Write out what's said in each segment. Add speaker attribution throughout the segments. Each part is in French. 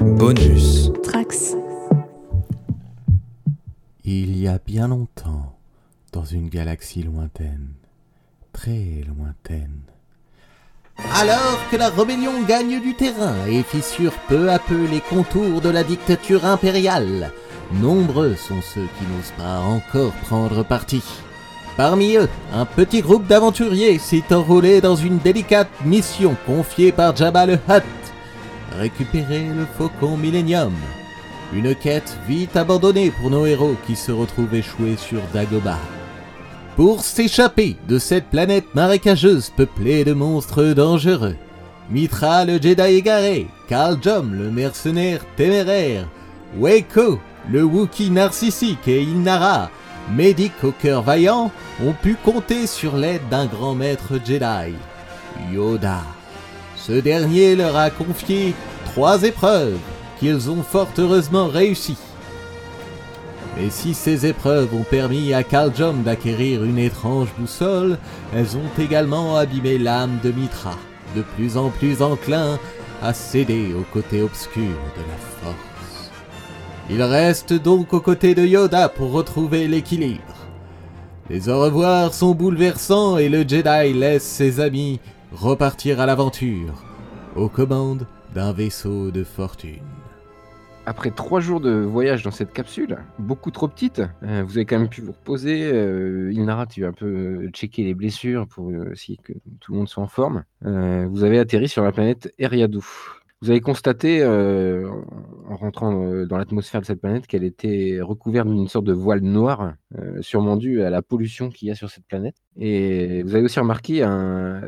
Speaker 1: Bonus.
Speaker 2: Trax.
Speaker 3: Il y a bien longtemps, dans une galaxie lointaine, très lointaine, alors que la rébellion gagne du terrain et fissure peu à peu les contours de la dictature impériale, nombreux sont ceux qui n'osent pas encore prendre parti. Parmi eux, un petit groupe d'aventuriers s'est enrôlé dans une délicate mission confiée par Jabba le Hutt. Récupérer le faucon Millennium. Une quête vite abandonnée pour nos héros qui se retrouvent échoués sur Dagobah. Pour s'échapper de cette planète marécageuse peuplée de monstres dangereux, Mitra le Jedi égaré, Karl Jom le mercenaire téméraire, Weiko le Wookie narcissique et Inara, Medic au cœur vaillant, ont pu compter sur l'aide d'un grand maître Jedi, Yoda. Ce dernier leur a confié trois épreuves qu'ils ont fort heureusement réussies. Et si ces épreuves ont permis à Kaljom d'acquérir une étrange boussole, elles ont également abîmé l'âme de Mitra, de plus en plus enclin à céder au côté obscur de la force. Il reste donc aux côtés de Yoda pour retrouver l'équilibre. Les au revoir sont bouleversants et le Jedi laisse ses amis repartir à l'aventure, aux commandes d'un vaisseau de fortune.
Speaker 4: Après trois jours de voyage dans cette capsule, beaucoup trop petite, euh, vous avez quand même pu vous reposer. Euh, Ilnara, tu as un peu euh, checké les blessures pour euh, si que tout le monde soit en forme. Euh, vous avez atterri sur la planète Eriadou. Vous avez constaté, euh, en rentrant euh, dans l'atmosphère de cette planète, qu'elle était recouverte d'une sorte de voile noire, euh, sûrement due à la pollution qu'il y a sur cette planète. Et vous avez aussi remarqué un,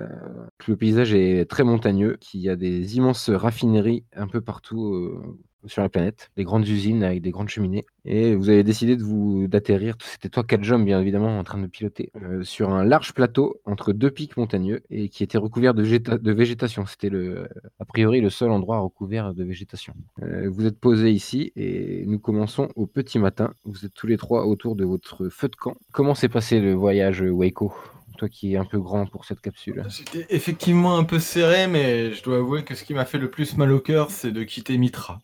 Speaker 4: que le paysage est très montagneux, qu'il y a des immenses raffineries un peu partout euh, sur la planète, des grandes usines avec des grandes cheminées. Et vous avez décidé de vous d'atterrir, c'était toi Kaljom bien évidemment en train de piloter, euh, sur un large plateau entre deux pics montagneux et qui était recouvert de, géta- de végétation. C'était le, a priori le seul endroit recouvert de végétation. Euh, vous êtes posés ici et nous commençons au petit matin. Vous êtes tous les trois autour de votre feu de camp. Comment s'est passé le voyage euh, Waiko toi qui es un peu grand pour cette capsule.
Speaker 5: J'étais Bah, effectivement un peu serré, mais je dois avouer que ce qui m'a fait le plus mal au cœur, c'est de quitter Mitra.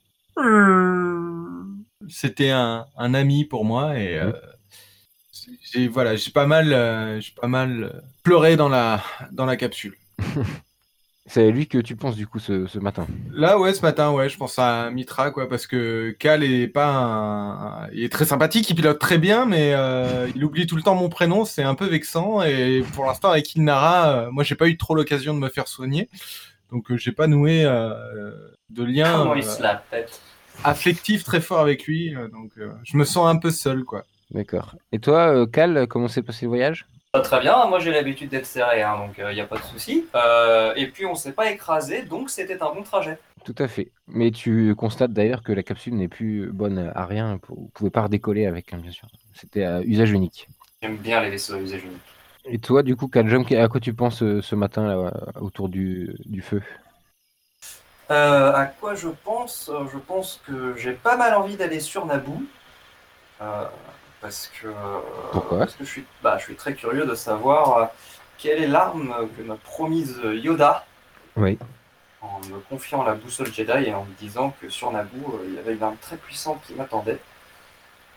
Speaker 5: C'était un, un ami pour moi et euh, j'ai voilà, j'ai pas mal, euh, j'ai pas mal euh, pleuré dans la dans la capsule.
Speaker 4: C'est à lui que tu penses du coup ce, ce matin.
Speaker 5: Là, ouais, ce matin, ouais, je pense à Mitra, quoi, parce que Cal est pas un... Il est très sympathique, il pilote très bien, mais euh, il oublie tout le temps mon prénom, c'est un peu vexant, et pour l'instant, avec Ilnara, euh, moi, j'ai pas eu trop l'occasion de me faire soigner, donc euh, j'ai pas noué euh, de lien
Speaker 6: Comment
Speaker 5: euh,
Speaker 6: il se la pète
Speaker 5: affectif très fort avec lui, euh, donc euh, je me sens un peu seul, quoi.
Speaker 4: D'accord. Et toi, euh, Cal, comment s'est passé le voyage
Speaker 6: Pas très bien, moi j'ai l'habitude d'être serré, hein, donc il n'y a pas de souci. Euh, et puis on s'est pas écrasé, donc c'était un bon trajet.
Speaker 4: Tout à fait. Mais tu constates d'ailleurs que la capsule n'est plus bonne à rien. Vous ne pouvez pas redécoller avec, hein, bien sûr. C'était à usage unique.
Speaker 6: J'aime bien les vaisseaux à usage unique.
Speaker 4: Et toi, du coup, Kaljom, à quoi tu penses euh, ce matin là, autour du, du feu
Speaker 6: Euh, à quoi je pense Euh, Je pense que j'ai pas mal envie d'aller sur Naboo. Euh, parce que.
Speaker 4: Pourquoi
Speaker 6: Parce que je suis, bah, je suis très curieux de savoir euh, quelle est l'arme que m'a promise Yoda.
Speaker 4: Oui.
Speaker 6: En me confiant la boussole Jedi et en me disant que sur Naboo, euh, il y avait une arme très puissante qui m'attendait.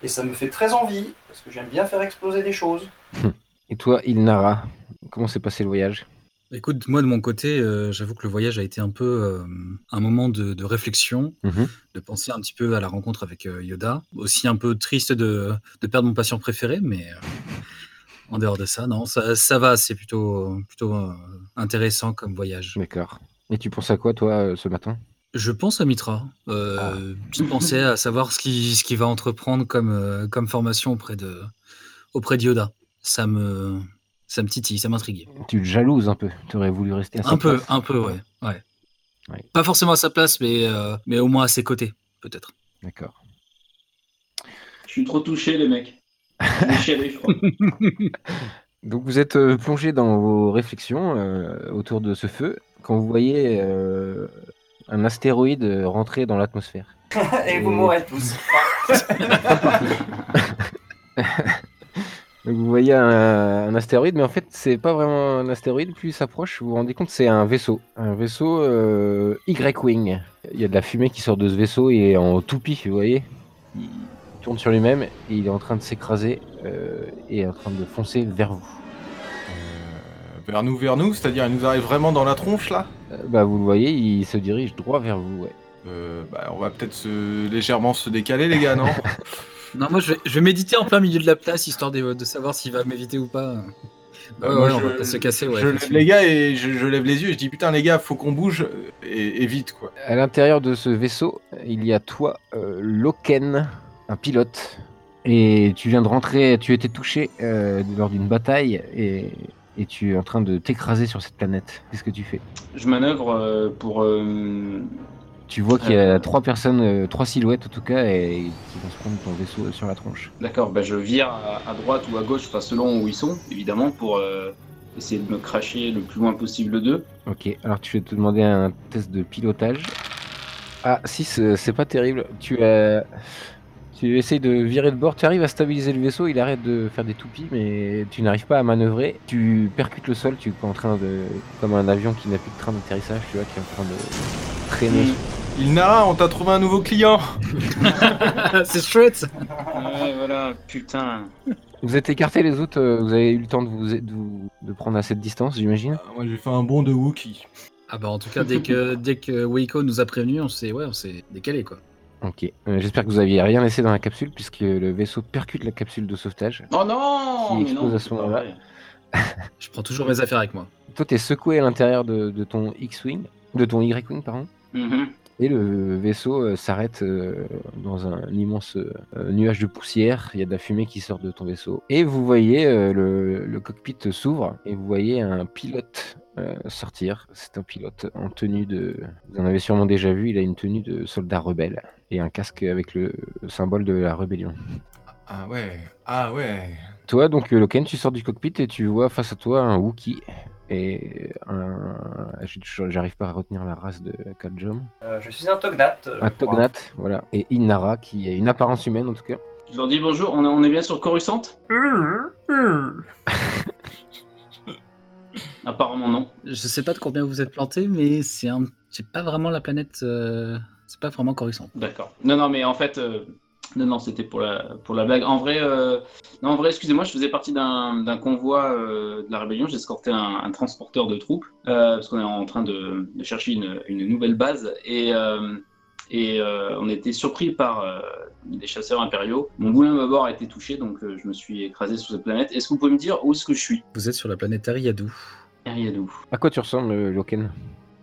Speaker 6: Et ça me fait très envie, parce que j'aime bien faire exploser des choses.
Speaker 4: Et toi, Ilnara, comment s'est passé le voyage
Speaker 7: Écoute, moi de mon côté, euh, j'avoue que le voyage a été un peu euh, un moment de, de réflexion,
Speaker 4: Mhm.
Speaker 7: de penser un petit peu à la rencontre avec euh, Yoda. Aussi un peu triste de, de perdre mon patient préféré, mais euh, en dehors de ça, non, ça, ça va, c'est plutôt, plutôt euh, intéressant comme voyage.
Speaker 4: D'accord. Et tu penses à quoi, toi, euh, ce matin
Speaker 7: Je pense à Mitra. Euh, Petite pensée à savoir ce qu'il ce qu'il va entreprendre comme, euh, comme formation auprès de, auprès de Yoda. Ça me, ça me titille, ça m'intrigue.
Speaker 4: Tu le jalouses un peu. Tu aurais voulu rester à sa
Speaker 7: Un peu,
Speaker 4: place.
Speaker 7: un peu, ouais. ouais.
Speaker 4: Ouais.
Speaker 7: Pas forcément à sa place, mais, euh, mais au moins à ses côtés, peut-être.
Speaker 4: D'accord.
Speaker 8: Je suis trop touché, les mecs. Je vais chialer, je crois.
Speaker 4: Donc, vous êtes euh, plongé dans vos réflexions euh, autour de ce feu quand vous voyez euh, un astéroïde euh, rentrer dans l'atmosphère.
Speaker 6: Et vous
Speaker 4: Et-
Speaker 6: mourrez tous.
Speaker 4: Donc vous voyez un, un astéroïde, mais en fait, c'est pas vraiment un astéroïde. Plus il s'approche, vous vous rendez compte, c'est un vaisseau. Un vaisseau euh, Y-Wing. il y a de la fumée qui sort de ce vaisseau et est en toupie, vous voyez. Il tourne sur lui-même et il est en train de s'écraser euh, et est en train de foncer vers vous.
Speaker 5: Euh, Vers nous, vers nous, c'est-à-dire il nous arrive vraiment dans la tronche là
Speaker 4: Euh, bah, vous le voyez, il se dirige droit vers vous. ouais.
Speaker 5: Euh, bah, on va peut-être se... légèrement se décaler, les gars, non
Speaker 7: Non, moi je vais, je vais méditer en plein milieu de la place histoire de, de savoir s'il va m'éviter ou pas. Ouais,
Speaker 5: moi,
Speaker 7: ouais, on
Speaker 5: je-
Speaker 7: va pas se casser, ouais.
Speaker 5: Je lève
Speaker 7: effectivement.
Speaker 5: les gars et je, je lève les yeux et je dis putain, les gars, faut qu'on bouge euh, et, et vite quoi.
Speaker 4: À l'intérieur de ce vaisseau, il y a toi, euh, Loken, un pilote. Et tu viens de rentrer, tu étais touché euh, lors d'une bataille et, et tu es en train de t'écraser sur cette planète. Qu'est-ce que tu fais
Speaker 8: Je manœuvre euh, pour. euh,
Speaker 4: Tu vois qu'il y a
Speaker 8: Euh.
Speaker 4: trois personnes, euh, trois silhouettes en tout cas, et qui vont se prendre ton vaisseau euh, sur la tronche.
Speaker 8: D'accord, bah je vire à, à droite ou à gauche, enfin selon où ils sont, évidemment, pour euh, essayer de me cracher le plus loin possible d'eux.
Speaker 4: Ok, alors tu vas te demander un test de pilotage. Ah, 6, c'est pas terrible. Tu as. Tu essayes de virer de bord, tu arrives à stabiliser le vaisseau, il arrête de faire des toupies, mais tu n'arrives pas à manœuvrer. Tu percutes le sol, tu es en train de. comme un avion qui n'a plus de train d'atterrissage, tu vois, qui est en train de traîner.
Speaker 8: Mm.
Speaker 5: Il Nara, on t'a trouvé un nouveau client
Speaker 7: C'est chouette
Speaker 8: Ouais, voilà, putain.
Speaker 4: Vous êtes écartés les autres, euh, vous avez eu le temps de vous, de vous- de prendre assez de distance, j'imagine.
Speaker 5: Ah, Moi j'ai fait un bond de Wookie.
Speaker 7: Ah bah en tout cas, dès que, dès que Waco nous a prévenus, on s'est ouais, on s'est décalé quoi.
Speaker 4: Ok, Euh, j'espère que vous aviez rien laissé dans la capsule, puisque le vaisseau percute la capsule de sauvetage.
Speaker 8: Oh non
Speaker 4: Qui
Speaker 8: mais
Speaker 4: explose
Speaker 8: non,
Speaker 4: à
Speaker 8: c'est
Speaker 4: ce
Speaker 8: pas
Speaker 4: moment-là.
Speaker 8: vrai.
Speaker 7: Je prends toujours mes affaires avec moi.
Speaker 4: Toi, t'es secoué à l'intérieur de, de ton X-Wing, de ton Y-Wing, pardon.
Speaker 8: Mhm.
Speaker 4: Et le vaisseau euh, s'arrête euh, dans un immense euh, nuage de poussière. Il y a de la fumée qui sort de ton vaisseau. Et vous voyez euh, le, le cockpit s'ouvre et vous voyez un pilote euh, sortir. C'est un pilote en tenue de. Vous en avez sûrement déjà vu. Il a une tenue de soldat rebelle et un casque avec le symbole de la rébellion.
Speaker 5: Ah ouais, ah ouais.
Speaker 4: Toi, donc, euh, Loken, tu sors du cockpit et tu vois face à toi un Wookie et un. je- J'arrive pas à retenir la race de Kaljom.
Speaker 6: Euh, je suis un Tognat. euh,
Speaker 4: Un
Speaker 6: je crois.
Speaker 4: Tognat, voilà. Et Inara, qui a une apparence humaine en tout cas.
Speaker 8: Je leur dis bonjour, on est, on est bien sur Coruscant Apparemment non.
Speaker 7: Je sais pas de combien vous êtes planté, mais c'est un... c'est pas vraiment la planète. euh, C'est pas vraiment Coruscant.
Speaker 8: D'accord. Non, non, mais en fait, euh, non, non, c'était pour la, pour la blague. En vrai, euh, non, en vrai, excusez-moi, je faisais partie d'un d'un convoi euh, de la rébellion. J'escortais un, un transporteur de troupes euh, parce qu'on est en train de, de chercher une, une nouvelle base et euh, et euh, on était surpris par euh, des chasseurs impériaux. Mon boulin à bord a été touché, donc euh, je me suis écrasé sur cette planète. Est-ce que vous pouvez me dire où est-ce que je suis
Speaker 7: Vous êtes sur la planète Ariadou.
Speaker 8: Ariadou.
Speaker 4: À quoi tu ressembles, euh, Loken,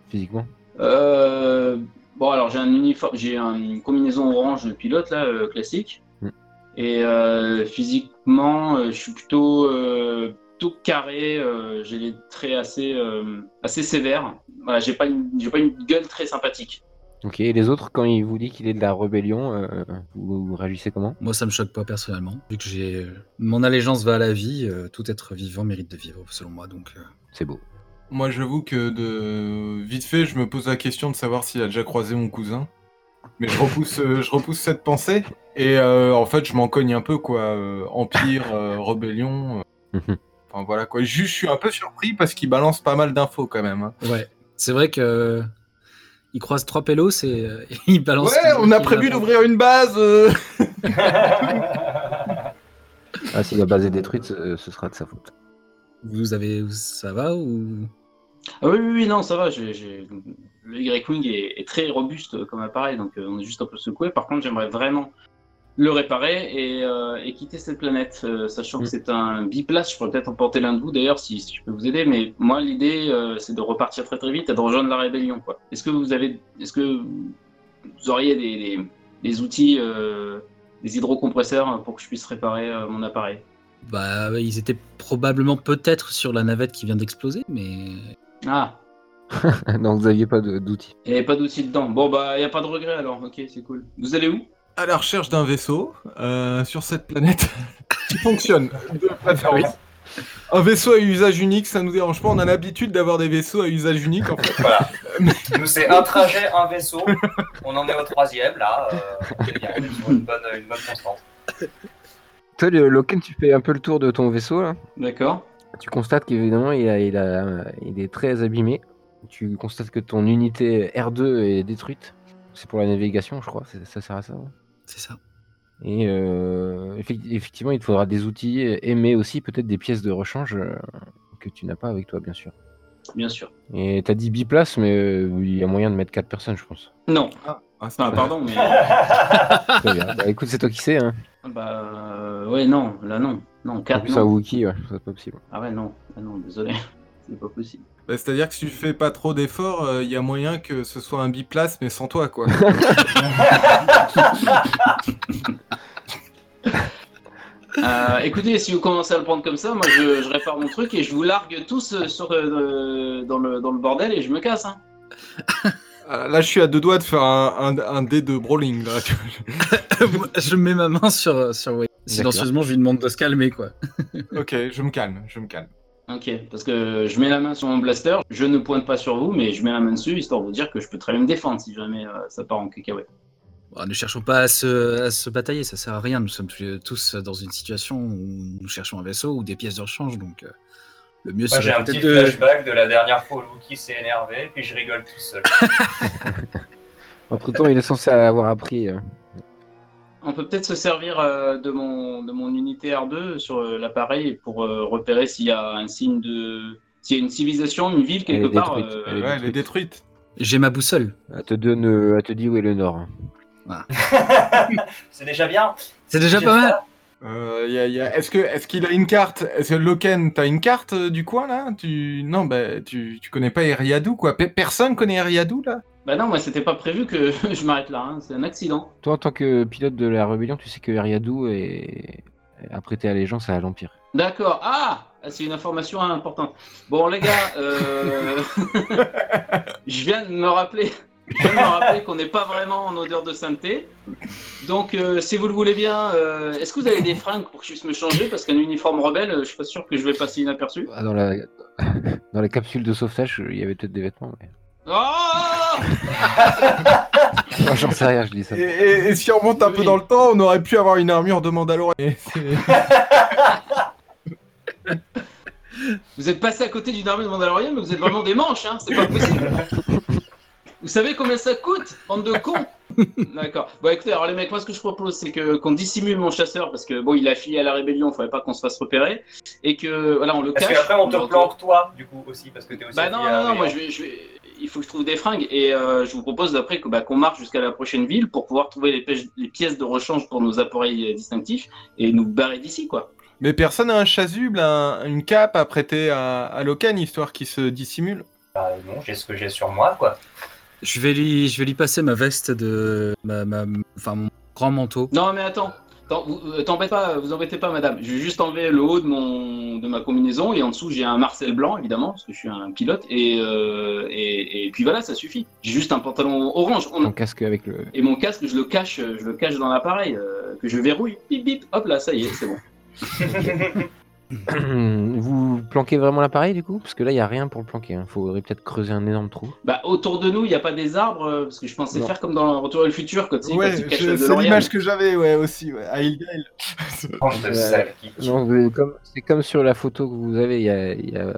Speaker 4: physiquement
Speaker 8: Euh, bon, alors j'ai un uniforme, j'ai un- une combinaison orange de pilote là, euh, classique.
Speaker 4: Mm.
Speaker 8: Et euh, physiquement, euh, je suis plutôt, euh, plutôt carré. euh, j'ai les traits assez, euh, assez sévères. Voilà, j'ai pas, une- j'ai pas une gueule très sympathique.
Speaker 4: Ok, et les autres, quand il vous dit qu'il est de la rébellion, euh, vous, vous réagissez comment
Speaker 7: Moi, ça me choque pas personnellement, vu que j'ai mon allégeance va à la vie. euh, tout être vivant mérite de vivre, selon moi. Donc, euh,
Speaker 4: C'est beau.
Speaker 5: Moi j'avoue que de vite fait, je me pose la question de savoir s'il a déjà croisé mon cousin. Mais je repousse, euh, je repousse cette pensée et euh, en fait je m'en cogne un peu quoi. Euh, Empire, euh, rébellion. euh,
Speaker 4: Mhm.
Speaker 5: Enfin voilà quoi. Juste je suis un peu surpris parce qu'il balance pas mal d'infos quand même. hein.
Speaker 7: ouais, c'est vrai que euh, il croise trois pélos et euh, il balance.
Speaker 5: Ouais, on a
Speaker 7: il
Speaker 5: prévu
Speaker 7: balance-
Speaker 5: d'ouvrir une base. euh.
Speaker 4: Ah, si la base est détruite, euh, ce sera de sa faute.
Speaker 7: Vous avez, ça va ou
Speaker 8: Ah oui, oui, oui, non, ça va. j'ai- j'ai- Le Y-Wing est, est très robuste comme appareil, donc euh, on est juste un peu secoué. Par contre, j'aimerais vraiment le réparer et, euh, et quitter cette planète, euh, sachant
Speaker 4: Mm.
Speaker 8: que c'est un biplace. Je pourrais peut-être emporter l'un de vous d'ailleurs si, si je peux vous aider, mais moi, l'idée, euh, c'est de repartir très très vite et de rejoindre la rébellion. quoi. Est-ce que vous avez. Est-ce que vous auriez des, des- des outils, euh, des hydrocompresseurs pour que je puisse réparer euh, mon appareil
Speaker 7: Bah, ils étaient probablement peut-être sur la navette qui vient d'exploser, mais
Speaker 8: Ah,
Speaker 4: non, vous aviez pas de- d'outils.
Speaker 8: il n'y avait pas d'outils dedans. Bon, bah, il n'y a pas de regret alors. Ok, c'est cool. Vous allez où
Speaker 5: à la recherche d'un vaisseau euh, sur cette planète qui fonctionne de préférence. Un vaisseau à usage unique, ça nous dérange pas. On a l'habitude d'avoir des vaisseaux à usage unique. En fait.
Speaker 6: voilà. Nous, c'est un trajet, un vaisseau. On en est au troisième, là. euh, on est bien, sur une bonne, une bonne constante.
Speaker 4: Toi, le- Loken, tu fais un peu le tour de ton vaisseau, là.
Speaker 8: D'accord.
Speaker 4: Tu constates qu'évidemment, il, a- il, a- il est très abîmé. Tu constates que ton unité R2 est détruite. C'est pour la navigation, je crois. c'est- Ça sert à ça. ouais.
Speaker 7: C'est ça.
Speaker 4: Et euh, effe- effectivement, il te faudra des outils, et- mais aussi peut-être des pièces de rechange euh, que tu n'as pas avec toi, bien sûr.
Speaker 8: bien sûr.
Speaker 4: Et t'as dit 10 places, mais euh, il y a moyen de mettre 4 personnes, je pense.
Speaker 8: Non,
Speaker 5: Ah, ah, ça
Speaker 8: enfin,
Speaker 5: va.
Speaker 8: pardon, mais.
Speaker 4: Très bien. Bah, écoute, c'est toi qui sais. Hein.
Speaker 8: Bah, euh, ouais, non, là, non. Non,
Speaker 4: En
Speaker 8: 4,
Speaker 4: plus, un
Speaker 8: non.
Speaker 4: Wookie, ouais, c'est pas possible.
Speaker 8: Ah ouais, non, ah non, désolé. C'est pas possible.
Speaker 5: Bah, C'est-à-dire que si tu fais pas trop d'efforts, il y a moyen que ce soit un biplace, mais sans toi, quoi.
Speaker 8: Euh, écoutez, si vous commencez à le prendre comme ça, moi je, je répare mon truc et je vous largue tous euh, sur, euh, dans, le, dans le bordel et je me casse. Hein.
Speaker 5: Ah, Là, je suis à deux doigts de faire un, un, un dé de brawling. Là, tu vois.
Speaker 7: Moi, je mets ma main sur, euh, sur Wade. Silencieusement, je lui demande de se calmer, quoi.
Speaker 5: ok, je me calme, je me calme.
Speaker 8: Ok, parce que je mets la main sur mon blaster, je ne pointe pas sur vous, mais je mets la main dessus histoire de vous dire que je peux très bien me défendre si jamais euh, ça part en cacahuète.
Speaker 7: Bon, ne cherchons pas à se, à se batailler, ça sert à rien. Nous sommes tous- euh, tous dans une situation où nous cherchons un vaisseau ou des pièces de rechange, donc euh, le mieux
Speaker 6: Moi, j'ai
Speaker 7: serait
Speaker 6: un petit
Speaker 7: peut-être de.
Speaker 6: flashback de la dernière fois où Loki s'est énervé, puis je rigole tout seul.
Speaker 4: Entre temps, il est censé avoir appris. euh,
Speaker 8: On peut peut-être se servir euh, de, mon, de mon unité R2 sur euh, l'appareil pour euh, repérer s'il y a un signe de. S'il y a une civilisation, une ville
Speaker 4: Elle
Speaker 8: quelque
Speaker 4: est
Speaker 8: part.
Speaker 4: détruite,
Speaker 8: euh,
Speaker 4: elle est
Speaker 5: Ouais, elle est détruite.
Speaker 7: J'ai ma boussole.
Speaker 4: Elle te donne, euh, elle te dit où est le nord.
Speaker 6: C'est déjà bien.
Speaker 7: C'est déjà
Speaker 6: J'ai
Speaker 7: pas mal.
Speaker 6: ça.
Speaker 5: Euh, y a- y a- Est-ce que est-ce qu'il a une carte Est-ce que Loken, t'as une carte euh, du coin là Tu non, bah tu, tu connais pas Eriadou quoi Pe- Personne connaît Eriadou là
Speaker 8: Bah non, moi c'était pas prévu que je m'arrête là, hein, c'est un accident.
Speaker 4: Toi, en tant que pilote de la rébellion, tu sais que Eriadou est... a prêté allégeance à l'Empire.
Speaker 8: D'accord. Ah, Ah, c'est une information importante. Bon, les gars, euh, je viens de me rappeler, je viens de me rappeler qu'on n'est pas vraiment en odeur de sainteté. Donc, euh, si vous le voulez bien, euh, est-ce que vous avez des fringues pour que je puisse me changer Parce qu'un uniforme rebelle, euh, je suis pas sûr que je vais passer inaperçu.
Speaker 4: Ah, dans, la... dans la capsule de sauvetage, il y avait peut-être des vêtements. Mais...
Speaker 8: Oh
Speaker 4: Ah, J'en sais rien, je dis ça.
Speaker 5: et, et- et si on remonte un peu
Speaker 8: Oui.
Speaker 5: dans le temps, on aurait pu avoir une armure de Mandalore. Et c'est-
Speaker 8: Vous êtes passé à côté d'une armée de Mandalorian, mais vous êtes vraiment des manches, hein C'est pas possible. vous savez combien ça coûte, bande de cons D'accord. Bon, écoutez, alors les mecs, moi ce que je propose, c'est que qu'on dissimule mon chasseur parce que bon, il a filé à la rébellion, faudrait pas qu'on se fasse repérer, et que voilà, on le
Speaker 6: Parce
Speaker 8: cache.
Speaker 6: qu'après, on te
Speaker 8: le-
Speaker 6: plante, toi, du coup, aussi, parce que t'es aussi.
Speaker 8: Bah non,
Speaker 6: affilié à la
Speaker 8: non, non, moi
Speaker 6: Réunion.
Speaker 8: je vais, je vais- il faut que je trouve des fringues et euh, je vous propose d'après que bah, qu'on marche jusqu'à la prochaine ville pour pouvoir trouver les, pêches- les pièces de rechange pour nos appareils euh, distinctifs et nous barrer d'ici quoi.
Speaker 5: Mais personne n'a un chasuble, un- une cape à prêter à, à Loken histoire qu'il se dissimule.
Speaker 6: Bah, non, j'ai ce que j'ai sur moi, quoi.
Speaker 7: Je vais lui, je vais lui passer ma veste de, ma, ma- enfin mon grand manteau.
Speaker 8: Non, mais attends. Attends, vous- euh, T'embête pas, vous embêtez pas, madame. Je vais juste enlever le haut de mon de ma combinaison et en dessous j'ai un Marcel blanc évidemment parce que je suis un pilote et euh, et, et puis voilà ça suffit. J'ai juste un pantalon orange On-
Speaker 4: Ton casque avec le.
Speaker 8: et mon casque je le cache, euh, je le cache dans l'appareil euh, que je verrouille. Bip bip, hop là ça y est c'est bon.
Speaker 4: Vous planquez vraiment l'appareil du coup Parce que là, il n'y a rien pour le planquer. Il faudrait peut-être creuser un énorme trou.
Speaker 8: Bah autour de nous il n'y a pas des arbres euh, parce que je pensais
Speaker 4: Non.
Speaker 8: faire comme dans Retour vers le futur quand, tu sais, quand
Speaker 5: ouais,
Speaker 8: ils cachent
Speaker 5: je-
Speaker 8: le
Speaker 5: c'est
Speaker 8: DeLorean.
Speaker 5: l'image que j'avais ouais aussi ouais, à Hildale.
Speaker 6: Franche de sale qui.
Speaker 4: Non, vous- comme- c'est comme sur la photo que vous avez. Il y a, il y a, euh,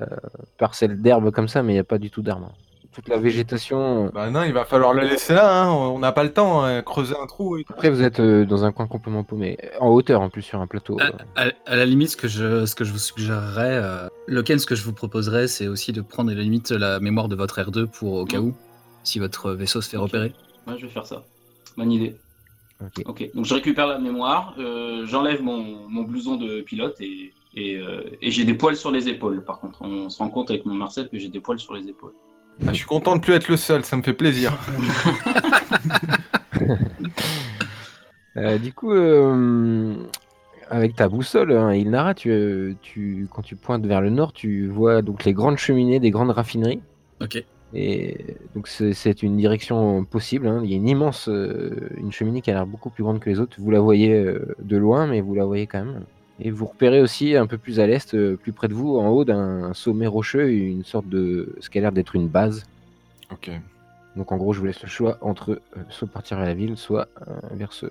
Speaker 4: parcelle d'herbe comme ça, mais il n'y a pas du tout d'arbre. Toute la végétation. euh,
Speaker 5: Bah non, il va falloir le laisser là. hein, On on n'a pas le temps. hein, Creuser un trou. et-
Speaker 4: Après, vous êtes euh, dans un coin complètement paumé, en hauteur en plus sur un plateau.
Speaker 7: Ah.
Speaker 4: euh.
Speaker 7: À, à la limite, ce que je, ce que je vous suggérerais, euh, Loken, ce que je vous proposerais, c'est aussi de prendre à la limite la mémoire de votre R2 pour au cas où, si votre vaisseau se fait
Speaker 8: Mm. Ok.
Speaker 7: repérer.
Speaker 8: Ouais, je vais faire ça. Bonne idée.
Speaker 4: Ok.
Speaker 8: Ok, donc je récupère la mémoire, euh, j'enlève mon, mon blouson de pilote et, et, euh, et j'ai des poils sur les épaules. Par contre, on se rend compte avec mon Marcel que j'ai des poils sur les épaules.
Speaker 5: Ah, je suis content de plus être le seul. Ça me fait plaisir.
Speaker 4: Euh, du coup, euh, avec ta boussole, hein, Ilnara, tu, euh, tu- quand tu pointes vers le nord, tu vois donc les grandes cheminées des grandes raffineries.
Speaker 7: Ok.
Speaker 4: Et donc c'est- c'est une direction possible. hein. Il y a une immense, euh, une cheminée qui a l'air beaucoup plus grande que les autres. Vous la voyez euh, de loin, mais vous la voyez quand même. Et vous repérez aussi un peu plus à l'est, euh, plus près de vous, en haut d'un sommet rocheux, une sorte de, ce qui a l'air d'être une base.
Speaker 5: Ok.
Speaker 4: Donc en gros, je vous laisse le choix entre euh, soit partir vers la ville, soit euh, vers ce.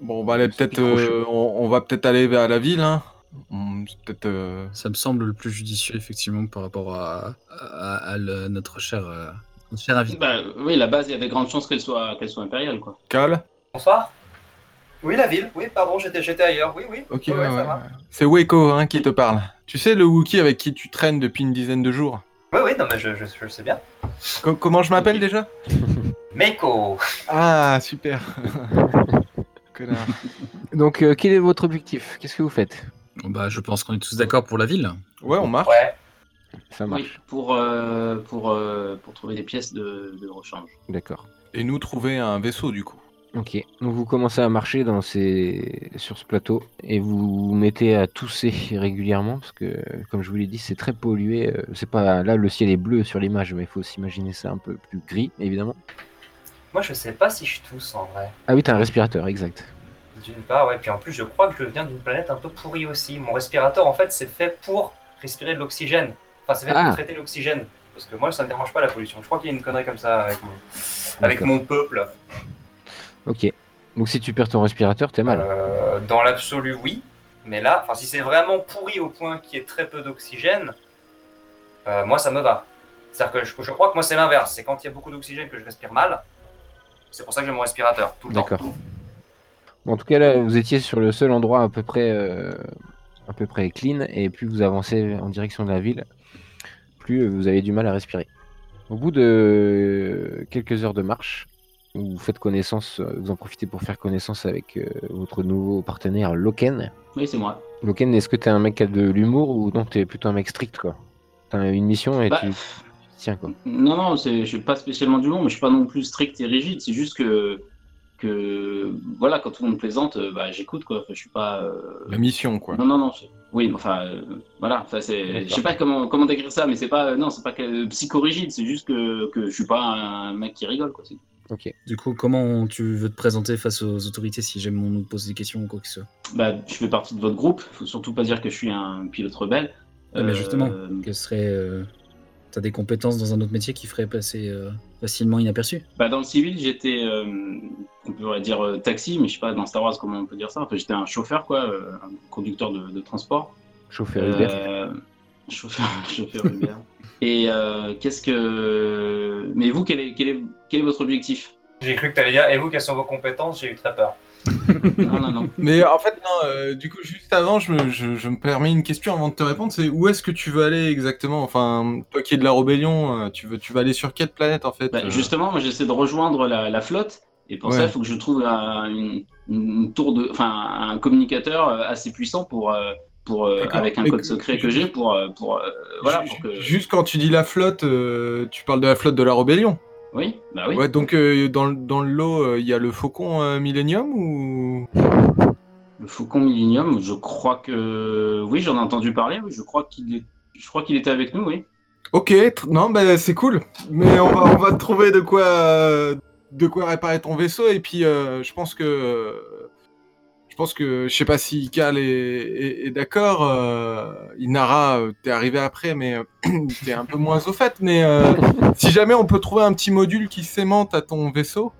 Speaker 5: Bon, bah allez,
Speaker 4: C'est
Speaker 5: peut-être,
Speaker 4: plus
Speaker 5: euh,
Speaker 4: proche.
Speaker 5: on, on va peut-être aller vers la ville. Hein. On- c'est Peut-être. euh,
Speaker 7: Ça me semble le plus judicieux, effectivement, par rapport à, à- à le- notre cher euh, Cher invité.
Speaker 8: Bah, oui, la base, il y avait grande chance qu'elle soit, qu'elle soit impériale, quoi.
Speaker 5: Cal
Speaker 6: Bonsoir. Oui, la ville. Oui, pardon, j'étais j'étais ailleurs. Oui, oui.
Speaker 5: Ok,
Speaker 6: Ouais, ouais,
Speaker 5: ouais,
Speaker 6: ça
Speaker 5: ouais.
Speaker 6: va.
Speaker 5: C'est Weko hein, qui te parle. Tu sais, le Wookie avec qui tu traînes depuis une dizaine de jours.
Speaker 6: Oui, oui, non, mais je, je, je sais bien.
Speaker 5: Co- comment je m'appelle déjà
Speaker 6: Meiko.
Speaker 5: Ah, super. Connard.
Speaker 4: Donc, euh, quel est votre objectif Qu'est-ce que vous faites
Speaker 7: Bah, je pense qu'on est tous d'accord pour la ville.
Speaker 5: Ouais, on
Speaker 8: Ah.
Speaker 5: marche.
Speaker 6: Ouais.
Speaker 4: Ça
Speaker 8: Oui,
Speaker 4: marche.
Speaker 8: pour, euh, pour, euh, pour trouver des pièces de, de rechange.
Speaker 4: D'accord.
Speaker 5: Et nous trouver un vaisseau du coup.
Speaker 4: Ok. Donc, vous commencez à marcher dans ces... sur ce plateau et vous vous mettez à tousser régulièrement parce que, euh, comme je vous l'ai dit, c'est très pollué. euh, C'est pas là le ciel est bleu sur l'image, mais il faut s'imaginer ça un peu plus gris, évidemment.
Speaker 6: Moi, je sais pas si je tousse en vrai.
Speaker 4: Ah oui, t'as un respirateur, exact.
Speaker 6: D'une part, ouais. Puis en plus, je crois que je viens d'une planète un peu pourrie aussi. Mon respirateur, en fait, c'est fait pour respirer de l'oxygène. Enfin, c'est fait
Speaker 4: Ah.
Speaker 6: pour traiter l'oxygène. Parce que moi, ça me dérange pas la pollution. Je crois qu'il y a une connerie comme ça avec mon, avec
Speaker 4: D'accord.
Speaker 6: mon peuple.
Speaker 4: Ok. Donc, si tu perds ton respirateur, t'es mal.
Speaker 6: Euh, dans l'absolu, oui. Mais là, enfin, si c'est vraiment pourri au point qu'il y ait très peu d'oxygène, euh, moi, ça me va. C'est-à-dire que je, je crois que moi, c'est l'inverse. C'est quand il y a beaucoup d'oxygène que je respire mal. C'est pour ça que j'ai mon respirateur tout le temps.
Speaker 4: D'accord. Bon, en tout cas, là, vous étiez sur le seul endroit à peu près, euh, à peu près clean, et plus vous avancez en direction de la ville, plus euh, vous avez du mal à respirer. Au bout de quelques heures de marche, vous faites connaissance, euh, vous en profitez pour faire connaissance avec euh, votre nouveau partenaire Loken.
Speaker 8: Oui, c'est moi.
Speaker 4: Loken, est-ce que t'es un mec qui a de l'humour ou non T'es plutôt un mec strict, quoi. T'as une mission et
Speaker 8: Bah,
Speaker 4: tu tiens, quoi.
Speaker 8: Non, non, c'est- je suis pas spécialement du long, mais je suis pas non plus strict et rigide. C'est juste que, que voilà, quand tout le monde plaisante, euh, bah, j'écoute quoi. Enfin, je suis pas. euh,
Speaker 5: La mission quoi.
Speaker 8: Non, non, non. c'est- Oui, mais enfin, euh, voilà. Enfin, c'est. Je sais pas comment comment décrire ça, mais c'est pas. euh, non, c'est pas que, psychorigide. C'est juste que que je suis pas un mec qui rigole quoi. c'est-
Speaker 7: Du coup, comment tu veux te présenter face aux autorités si jamais on nous pose des questions ou quoi que ce soit
Speaker 8: Bah, je fais partie de votre groupe. Faut surtout pas dire que je suis un pilote rebelle.
Speaker 7: Ah, mais justement.
Speaker 8: Euh,
Speaker 7: Que serait. euh, T'as des compétences dans un autre métier qui ferait passer euh, facilement inaperçu
Speaker 8: Bah, dans le civil, j'étais, euh, on pourrait dire euh, taxi, mais je sais pas dans Star Wars comment on peut dire ça. Enfin, j'étais un chauffeur, quoi, euh, un conducteur de, de transport.
Speaker 4: Chauffeur Uber.
Speaker 8: Euh, chauffeur, chauffeur Uber. Et euh, qu'est-ce que. Mais vous, quel est, quel est, quel est votre objectif
Speaker 6: J'ai cru que t'allais dire, et vous, quelles sont vos compétences J'ai eu très peur.
Speaker 8: Non, non, non.
Speaker 5: Mais en fait, non, euh, du coup, juste avant, je me, je- je me permets une question avant de te répondre, c'est où est-ce que tu veux aller exactement Enfin, toi qui es de la rébellion, euh, tu veux, tu vas aller sur quelle planète en fait
Speaker 8: Bah,
Speaker 5: Euh,
Speaker 8: justement, moi, j'essaie de rejoindre la, la flotte. Et pour ça,
Speaker 5: Ouais.
Speaker 8: il faut que je trouve un, une, une tour de, enfin, un communicateur euh, assez puissant pour, euh, pour euh,
Speaker 5: D'accord.
Speaker 8: avec un
Speaker 5: Mais
Speaker 8: code
Speaker 5: que-
Speaker 8: secret que j'ai pour, euh, pour, euh, voilà,
Speaker 5: ju-
Speaker 8: pour que.
Speaker 5: Juste quand tu dis la flotte, euh, tu parles de la flotte de la rébellion.
Speaker 8: Oui, bah oui.
Speaker 5: Ouais, donc euh, dans, le- dans le lot, euh, il y a le faucon euh, Millennium ou
Speaker 8: Le Faucon Millennium, je crois que oui, j'en ai entendu parler. Oui, je crois qu'il est... je crois qu'il était avec nous. Oui.
Speaker 5: Ok, tr- non, bah, c'est cool. Mais on va, on va te trouver de quoi, euh, de quoi réparer ton vaisseau. Et puis, euh, je pense que. euh, je pense que. Je sais pas si Cal est, est- est d'accord. euh, Inara, euh, t'es arrivé après, mais euh, t'es un peu moins au fait. Mais euh, si jamais on peut trouver un petit module qui s'aimante à ton vaisseau,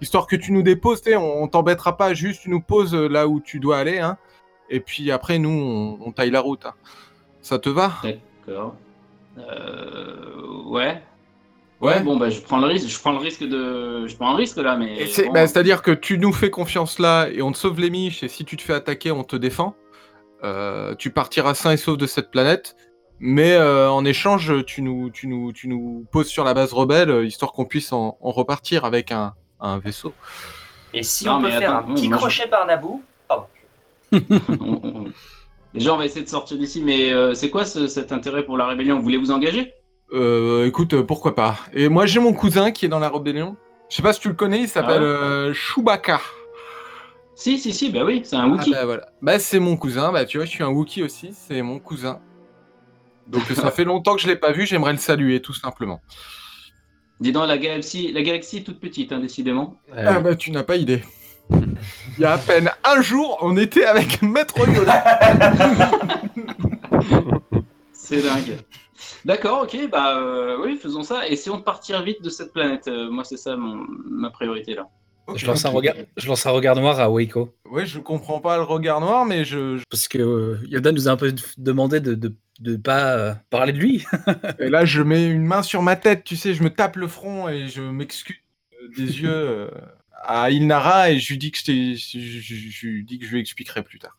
Speaker 5: histoire que tu nous déposes, t'sais, on, on t'embêtera pas, juste tu nous poses euh, là où tu dois aller. Hein, et puis après, nous, on, on taille la route. hein. Ça te va
Speaker 8: D'accord. Euh... Ouais. Bon, bah je prends le risque. Je prends le risque de. Je prends un risque là, mais.
Speaker 5: Et c'est-
Speaker 8: bon,
Speaker 5: bah, C'est-à-dire que tu nous fais confiance là et on te sauve les miches et si tu te fais attaquer, on te défend. Euh, tu partiras sain et sauf de cette planète. Mais euh, en échange, tu nous, tu, nous, tu nous poses sur la base rebelle, euh, histoire qu'on puisse en, en repartir avec un, un vaisseau.
Speaker 6: Et si
Speaker 8: Non,
Speaker 6: on peut
Speaker 8: mais
Speaker 6: faire
Speaker 8: attends,
Speaker 6: un petit
Speaker 8: moi, je-
Speaker 6: crochet par Naboo Pardon.
Speaker 8: on- on- Déjà, on va essayer de sortir d'ici. Mais euh, c'est quoi ce- cet intérêt pour la rébellion Vous voulez vous engager
Speaker 5: Euh, écoute, euh, pourquoi pas. Et moi, j'ai mon cousin qui est dans la rébellion. Je sais pas si tu le connais, il s'appelle
Speaker 8: Ah ouais
Speaker 5: euh, Chewbacca.
Speaker 8: Si, si, si. Bah oui, c'est un Wookie.
Speaker 5: Ah bah voilà. Bah c'est mon cousin, bah tu vois, je suis un Wookie aussi, c'est mon cousin. Donc ça fait longtemps que je l'ai pas vu, j'aimerais le saluer tout simplement.
Speaker 8: Dis donc, la galaxie, la galaxie est toute petite, hein, décidément.
Speaker 4: Euh,
Speaker 5: Ah bah tu n'as pas idée. Il y a à peine un jour, on était avec Maître Yoda.
Speaker 8: C'est dingue. D'accord, ok, bah euh, oui, faisons ça. Essayons de partir vite de cette planète. Euh, moi, c'est ça mon, ma priorité là.
Speaker 7: je, lance un regard, je lance un regard noir à Waco.
Speaker 5: Ouais, je comprends pas le regard noir, mais je, je-
Speaker 7: Parce que euh, Yoda nous a un peu demandé de ne de pas euh, parler de lui.
Speaker 5: Et là, je mets une main sur ma tête, tu sais, je me tape le front et je m'excuse euh, des yeux euh, à Ilnara et je lui dis que je, t'ai- je- je- je lui dis que je lui expliquerai plus tard.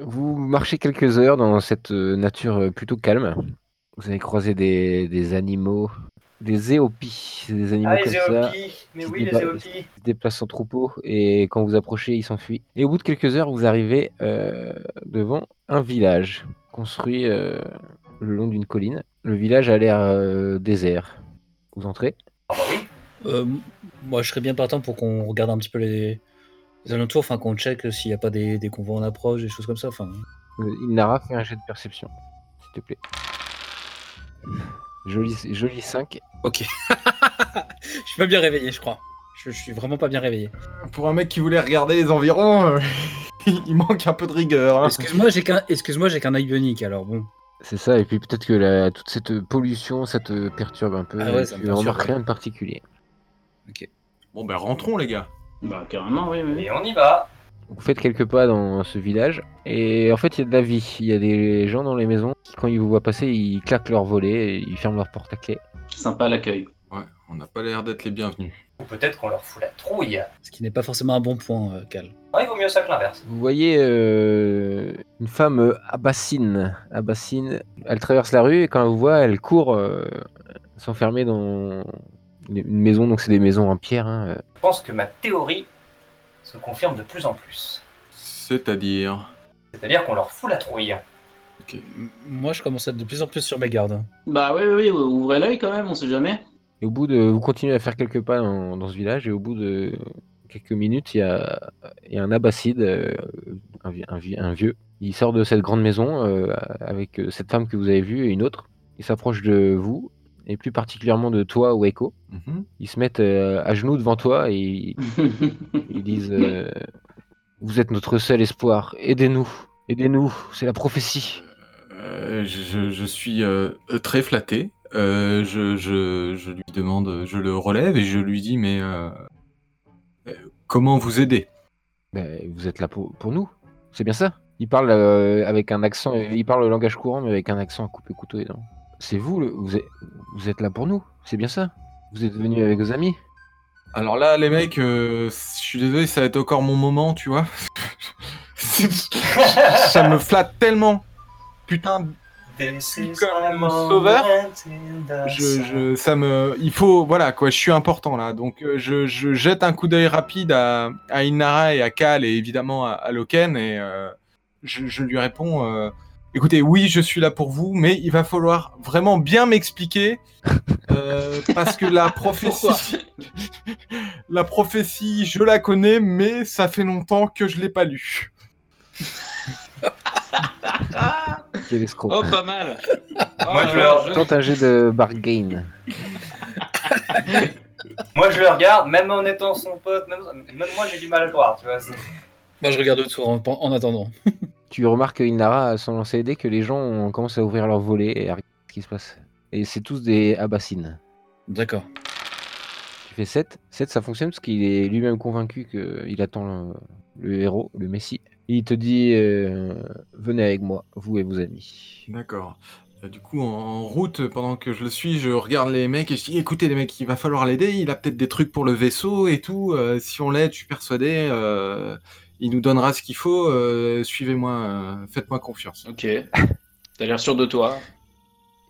Speaker 4: Vous marchez quelques heures dans cette euh, nature euh, plutôt calme. Vous avez croisé des, des animaux, des éopies, c'est des animaux
Speaker 6: Ah, les
Speaker 4: comme ça,
Speaker 6: Zéopies Mais
Speaker 4: qui
Speaker 6: oui, les
Speaker 4: déba-
Speaker 6: Zéopies
Speaker 4: qui se déplacent en troupeau, et quand vous approchez, ils s'enfuient. Et au bout de quelques heures, vous arrivez euh, devant un village construit euh, le long d'une colline. Le village a l'air euh, désert. Vous entrez.
Speaker 6: Ah bah oui
Speaker 7: Euh, moi, je serais bien partant pour qu'on regarde un petit peu les, les alentours, enfin qu'on check s'il n'y a pas des, des convois en approche, des choses comme ça. Enfin,
Speaker 4: Euh, Ilnara, fait un jet de perception, s'il te plaît. Joli, joli 5.
Speaker 7: ok. je suis pas bien réveillé, je crois. Je, je suis vraiment pas bien réveillé.
Speaker 5: Pour un mec qui voulait regarder les environs, euh, il manque un peu de rigueur. hein.
Speaker 7: Excuse-moi, j'ai qu'un, excuse-moi, j'ai qu'un œil bionique. Alors bon,
Speaker 4: C'est ça, et puis peut-être que la- toute cette pollution, ça te perturbe un peu.
Speaker 7: Ah ouais,
Speaker 4: et
Speaker 7: ça me
Speaker 4: tu
Speaker 7: perturbe,
Speaker 4: remarques
Speaker 7: ouais.
Speaker 4: rien de particulier.
Speaker 5: Bon, ben rentrons, les gars.
Speaker 8: Bah, carrément, oui, oui. oui.
Speaker 6: Et on y va
Speaker 4: Vous faites quelques pas dans ce village, et en fait, il y a de la vie. Il y a des gens dans les maisons qui, quand ils vous voient passer, ils claquent leur volet, et ils ferment leur porte à clé.
Speaker 8: Sympa l'accueil.
Speaker 5: Ouais, on n'a pas l'air d'être les bienvenus.
Speaker 6: Ou peut-être qu'on leur fout la trouille.
Speaker 7: ce qui n'est pas forcément un bon point, euh, Cal.
Speaker 6: Ouais, il vaut mieux ça que l'inverse.
Speaker 4: Vous voyez euh, une femme euh, abassine. Abassine. Elle traverse la rue, et quand elle vous voit, elle court euh, s'enfermer dans une maison, donc c'est des maisons en pierre. hein, euh,
Speaker 6: Je pense que ma théorie se confirme de plus en plus.
Speaker 5: C'est-à-dire.
Speaker 6: C'est-à-dire qu'on leur fout la trouille.
Speaker 7: M- Moi, je commence à être de plus en plus sur mes gardes.
Speaker 8: Bah, oui, oui, oui, ouvrez l'œil quand même, on sait jamais.
Speaker 4: Et au bout de, vous continuez à faire quelques pas dans, dans ce village, et au bout de quelques minutes, il y a, il y a un abbacide, euh, un, vie- un vie- un vieux. Il sort de cette grande maison euh, avec euh, cette femme que vous avez vue et une autre. Il s'approche de vous, et plus particulièrement de toi, Weko.
Speaker 5: Mhm.
Speaker 4: Ils se mettent euh, à genoux devant toi et ils, ils disent euh, Vous êtes notre seul espoir, aidez-nous, aidez-nous, c'est la prophétie.
Speaker 5: Euh, je, je- je suis euh, très flatté. Euh, je, je- je lui demande, je le relève et je lui dis, mais euh, euh, comment vous aider
Speaker 4: Ben, vous êtes là pour, pour nous, c'est bien ça. Il parle euh, avec un accent, euh, il parle le langage courant, mais avec un accent à couper couteau et dents. C'est vous, le- vous, êtes, vous êtes là pour nous, c'est bien ça. Vous êtes venu avec vos amis.
Speaker 5: Alors là, les mecs, euh, je suis désolé, ça va être encore mon moment, tu vois. ça me flatte tellement. Putain,
Speaker 6: This is
Speaker 5: Comme
Speaker 6: my moment
Speaker 5: sauveur,
Speaker 6: in the
Speaker 5: je,
Speaker 6: sun.
Speaker 5: je- ça me, il faut, voilà quoi, je suis important là, donc euh, je, je jette un coup d'œil rapide à, à Inara et à Cal et évidemment à, à Loken et euh, je, je lui réponds, euh, écoutez, oui, je suis là pour vous, mais il va falloir vraiment bien m'expliquer euh, parce que la prophétie, la prophétie, je la connais, mais ça fait longtemps que je l'ai pas lue.
Speaker 4: Quel escroc.
Speaker 8: Oh, pas mal
Speaker 6: Moi, je leur-
Speaker 4: Tente un jet de bargain.
Speaker 6: Moi, je le regarde, même en étant son pote, même, même moi, j'ai du mal à le croire, tu vois. c'est-
Speaker 7: Moi, Bah, je regarde autour en, en attendant.
Speaker 4: Tu remarques, Inara, sans lancer aider, que les gens ont- commencent à ouvrir leurs volets et à regarder ce qui se passe. Et c'est tous des abassines.
Speaker 7: D'accord.
Speaker 4: Tu fais 7. 7, ça fonctionne parce qu'il est lui-même convaincu qu'il attend le, le héros, le messie. Il te dit euh, Venez avec moi, vous et vos amis.
Speaker 5: D'accord. Euh, Du coup, en- en route, pendant que je le suis, je regarde les mecs et je dis écoutez, les mecs, il va falloir l'aider. Il a peut-être des trucs pour le vaisseau et tout. Euh, si on l'aide, je suis persuadé, euh, il nous donnera ce qu'il faut. Euh, Suivez-moi, euh, faites-moi confiance.
Speaker 8: Ok. T'as l'air sûr de toi.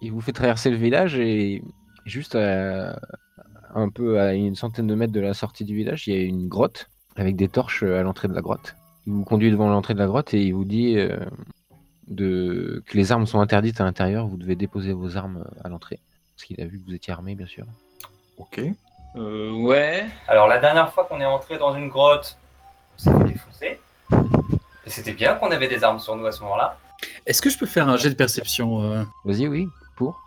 Speaker 4: Il vous fait traverser le village et juste à- un peu à une centaine de mètres de la sortie du village, il y a une grotte avec des torches à l'entrée de la grotte. Il vous conduit devant l'entrée de la grotte et il vous dit euh, de... que les armes sont interdites à l'intérieur, vous devez déposer vos armes à l'entrée. Parce qu'il a vu que vous étiez armé, bien sûr.
Speaker 5: Ok.
Speaker 8: Euh, ouais.
Speaker 6: Alors, la dernière fois qu'on est entré dans une grotte, on s'est fait défoncer. Et c'était bien qu'on avait des armes sur nous à ce moment-là.
Speaker 7: Est-ce que je peux faire un jet de perception euh,
Speaker 4: Vas-y, oui, pour.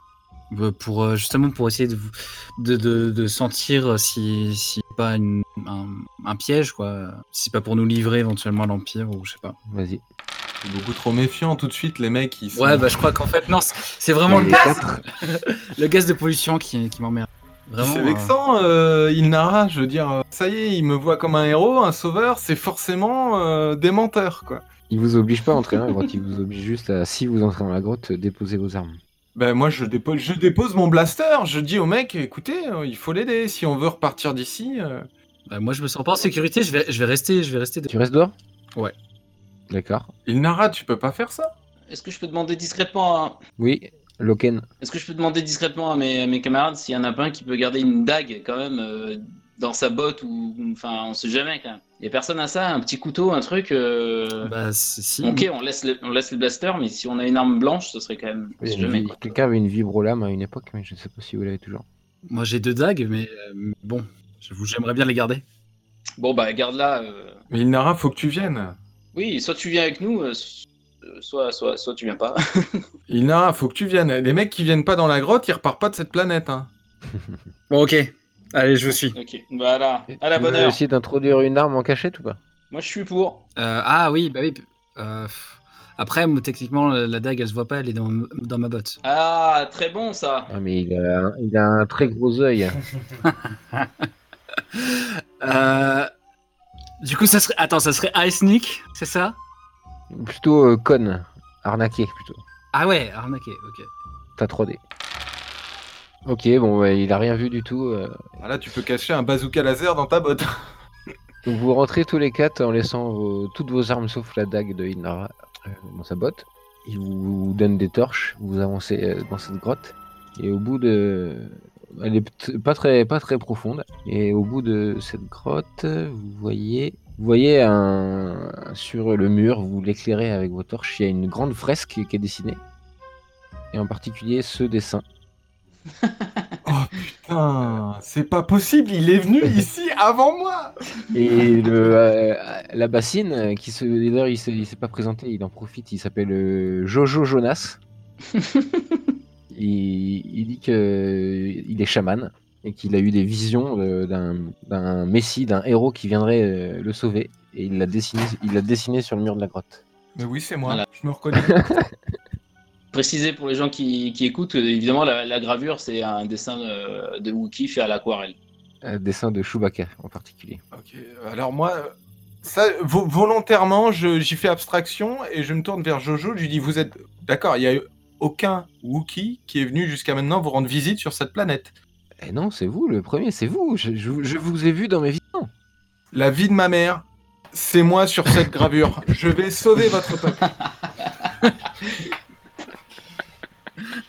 Speaker 7: euh, pour euh, justement pour essayer de, vous- de, de- de sentir euh, si, si pas une- un, un piège quoi, euh, si c'est pas pour nous livrer éventuellement à l'empire ou je sais pas.
Speaker 4: Vas-y.
Speaker 5: Je suis beaucoup trop méfiant tout de suite, les mecs. Ils sont-
Speaker 7: Ouais bah je crois qu'en fait non c'est c'est vraiment le
Speaker 4: Les
Speaker 7: gaz,
Speaker 4: quatre.
Speaker 7: le gaz de pollution qui, qui m'emmerde. Vraiment.
Speaker 5: C'est
Speaker 7: euh,
Speaker 5: vexant, euh, Ilnara. Je veux dire, euh, ça y est, il me voit comme un héros, un sauveur. C'est forcément euh, des menteurs, quoi.
Speaker 4: Il vous oblige pas à entrer dans la grotte, il vous oblige juste à, si vous entrez dans la grotte, euh, déposer vos armes.
Speaker 5: Ben moi je dépose, je dépose mon blaster, je dis au mec, écoutez, euh, il faut l'aider si on veut repartir d'ici. euh.
Speaker 7: Bah, moi, je me sens pas en sécurité. Je vais, je vais rester. Je vais rester. de-
Speaker 4: Tu restes dehors
Speaker 7: Ouais.
Speaker 4: D'accord.
Speaker 5: Il narra, tu peux pas faire ça.
Speaker 8: Est-ce que je peux demander discrètement à...
Speaker 4: Oui, Loken.
Speaker 8: Est-ce que je peux demander discrètement à mes, à mes camarades s'il y en a pas un qui peut garder une dague quand même euh, dans sa botte ou enfin on sait jamais quand même. Il y a personne à ça, un petit couteau, un truc. euh,
Speaker 7: Bah, c'est- si.
Speaker 8: ok, on laisse le, on laisse le blaster, mais si on a une arme blanche, ce serait quand même. on sait jamais. quoi.
Speaker 4: Quelqu'un avait une vibrolame à une époque, mais je ne sais pas si vous l'avez toujours.
Speaker 7: Moi, j'ai deux dagues, mais euh, bon, j'avoue, j'aimerais bien les garder.
Speaker 8: Bon bah garde la
Speaker 5: Mais il narra, faut que tu viennes.
Speaker 8: Oui, soit tu viens avec nous, euh, s- euh, soit soit soit tu viens pas.
Speaker 5: Il narra, faut que tu viennes. Les mecs qui viennent pas dans la grotte, ils repartent pas de cette planète. Hein.
Speaker 7: Bon, ok. Allez, je vous suis.
Speaker 8: ok, voilà. À la
Speaker 4: Tu veux
Speaker 8: bonne heure.
Speaker 4: essayer d'introduire une arme en cachette ou pas
Speaker 8: Moi je suis pour.
Speaker 7: Euh, ah oui, bah oui. euh, pff. après, moi, techniquement, la la dague, elle se voit pas, elle est dans, dans ma botte.
Speaker 8: Ah très bon ça.
Speaker 4: Ah, mais il a, un- il a un très gros œil.
Speaker 7: Euh, du coup, ça serait. Attends, ça serait Ice Nick, c'est ça
Speaker 4: plutôt euh, con, arnaqué plutôt.
Speaker 7: Ah ouais, arnaqué, ok.
Speaker 4: T'as 3D. Ok, bon, bah, il a rien vu du tout. euh.
Speaker 5: Ah Là, tu peux cacher un bazooka laser dans ta botte.
Speaker 4: Donc vous rentrez tous les quatre en laissant vos- toutes vos armes sauf la dague de Inara euh, dans sa botte. Il vous, vous donne des torches, vous avancez euh, dans cette grotte. Et au bout de... Elle est pt- pas très, pas très profonde. Et au bout de cette grotte, vous voyez... Vous voyez un... sur le mur, vous l'éclairez avec vos torches, il y a une grande fresque qui est dessinée. Et en particulier ce dessin.
Speaker 5: Oh putain, c'est pas possible, il est venu ici avant moi.
Speaker 4: Et le, euh, la bassine, euh, qui se, d'ailleurs, il s'est, il s'est pas présenté, il en profite, il s'appelle euh, Jojo Jonas. il, il dit que il est chaman et qu'il a eu des visions euh, d'un, d'un messie, d'un héros qui viendrait euh, le sauver. Et il l'a dessiné, il l'a dessiné sur le mur de la grotte.
Speaker 5: Mais oui, c'est moi.
Speaker 8: Voilà.
Speaker 5: Je me reconnais.
Speaker 8: Préciser pour les gens qui, qui écoutent, euh, évidemment la, la gravure c'est un dessin euh, de Wookiee fait à l'aquarelle.
Speaker 4: Un dessin de Chewbacca en particulier.
Speaker 5: Ok, alors moi, ça, vo- volontairement, je- j'y fais abstraction et je me tourne vers Jojo. Je lui dis Vous êtes d'accord, il n'y a eu aucun Wookie qui est venu jusqu'à maintenant vous rendre visite sur cette planète.
Speaker 4: Et Eh non, c'est vous le premier, c'est vous. Je, je- je vous ai vu dans mes visions.
Speaker 5: La vie de ma mère, c'est moi sur cette gravure. Je vais sauver votre peuple.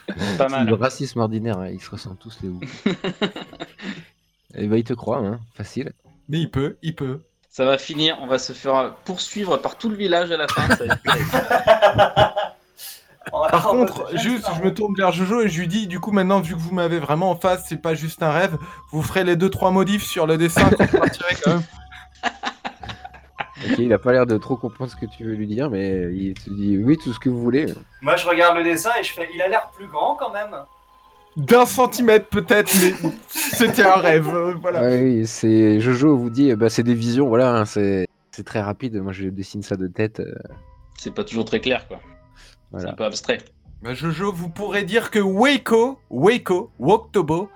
Speaker 8: Pas
Speaker 4: C'est
Speaker 8: mal.
Speaker 4: le racisme ordinaire, hein, ils se ressemblent tous les Wookiees. Et bah, il te croit, hein, facile.
Speaker 5: Mais il peut, il peut.
Speaker 8: Ça va finir, on va se faire poursuivre par tout le village à la fin. ça va être-
Speaker 5: Par contre, juste, je me tourne vers Jojo et je lui dis Du coup, maintenant, vu que vous m'avez vraiment en face, c'est pas juste un rêve, vous ferez les deux trois modifs sur le dessin quand vous partirez quand même.
Speaker 4: Ok, il a pas l'air de trop comprendre ce que tu veux lui dire, mais il te dit oui, tout ce que vous voulez.
Speaker 6: Moi, je regarde le dessin et je fais. Il a l'air plus grand quand même.
Speaker 5: D'un centimètre peut-être, mais c'était un rêve. euh, Voilà.
Speaker 4: Ouais, oui, c'est Jojo vous dit, bah, c'est des visions, voilà, hein, c'est c'est très rapide. Moi, je dessine ça de tête. euh,
Speaker 8: C'est pas toujours très clair, quoi. C'est
Speaker 4: voilà.
Speaker 8: un peu abstrait.
Speaker 5: Bah, Jojo, vous pourrez dire que Waco, Waco, Woktobo,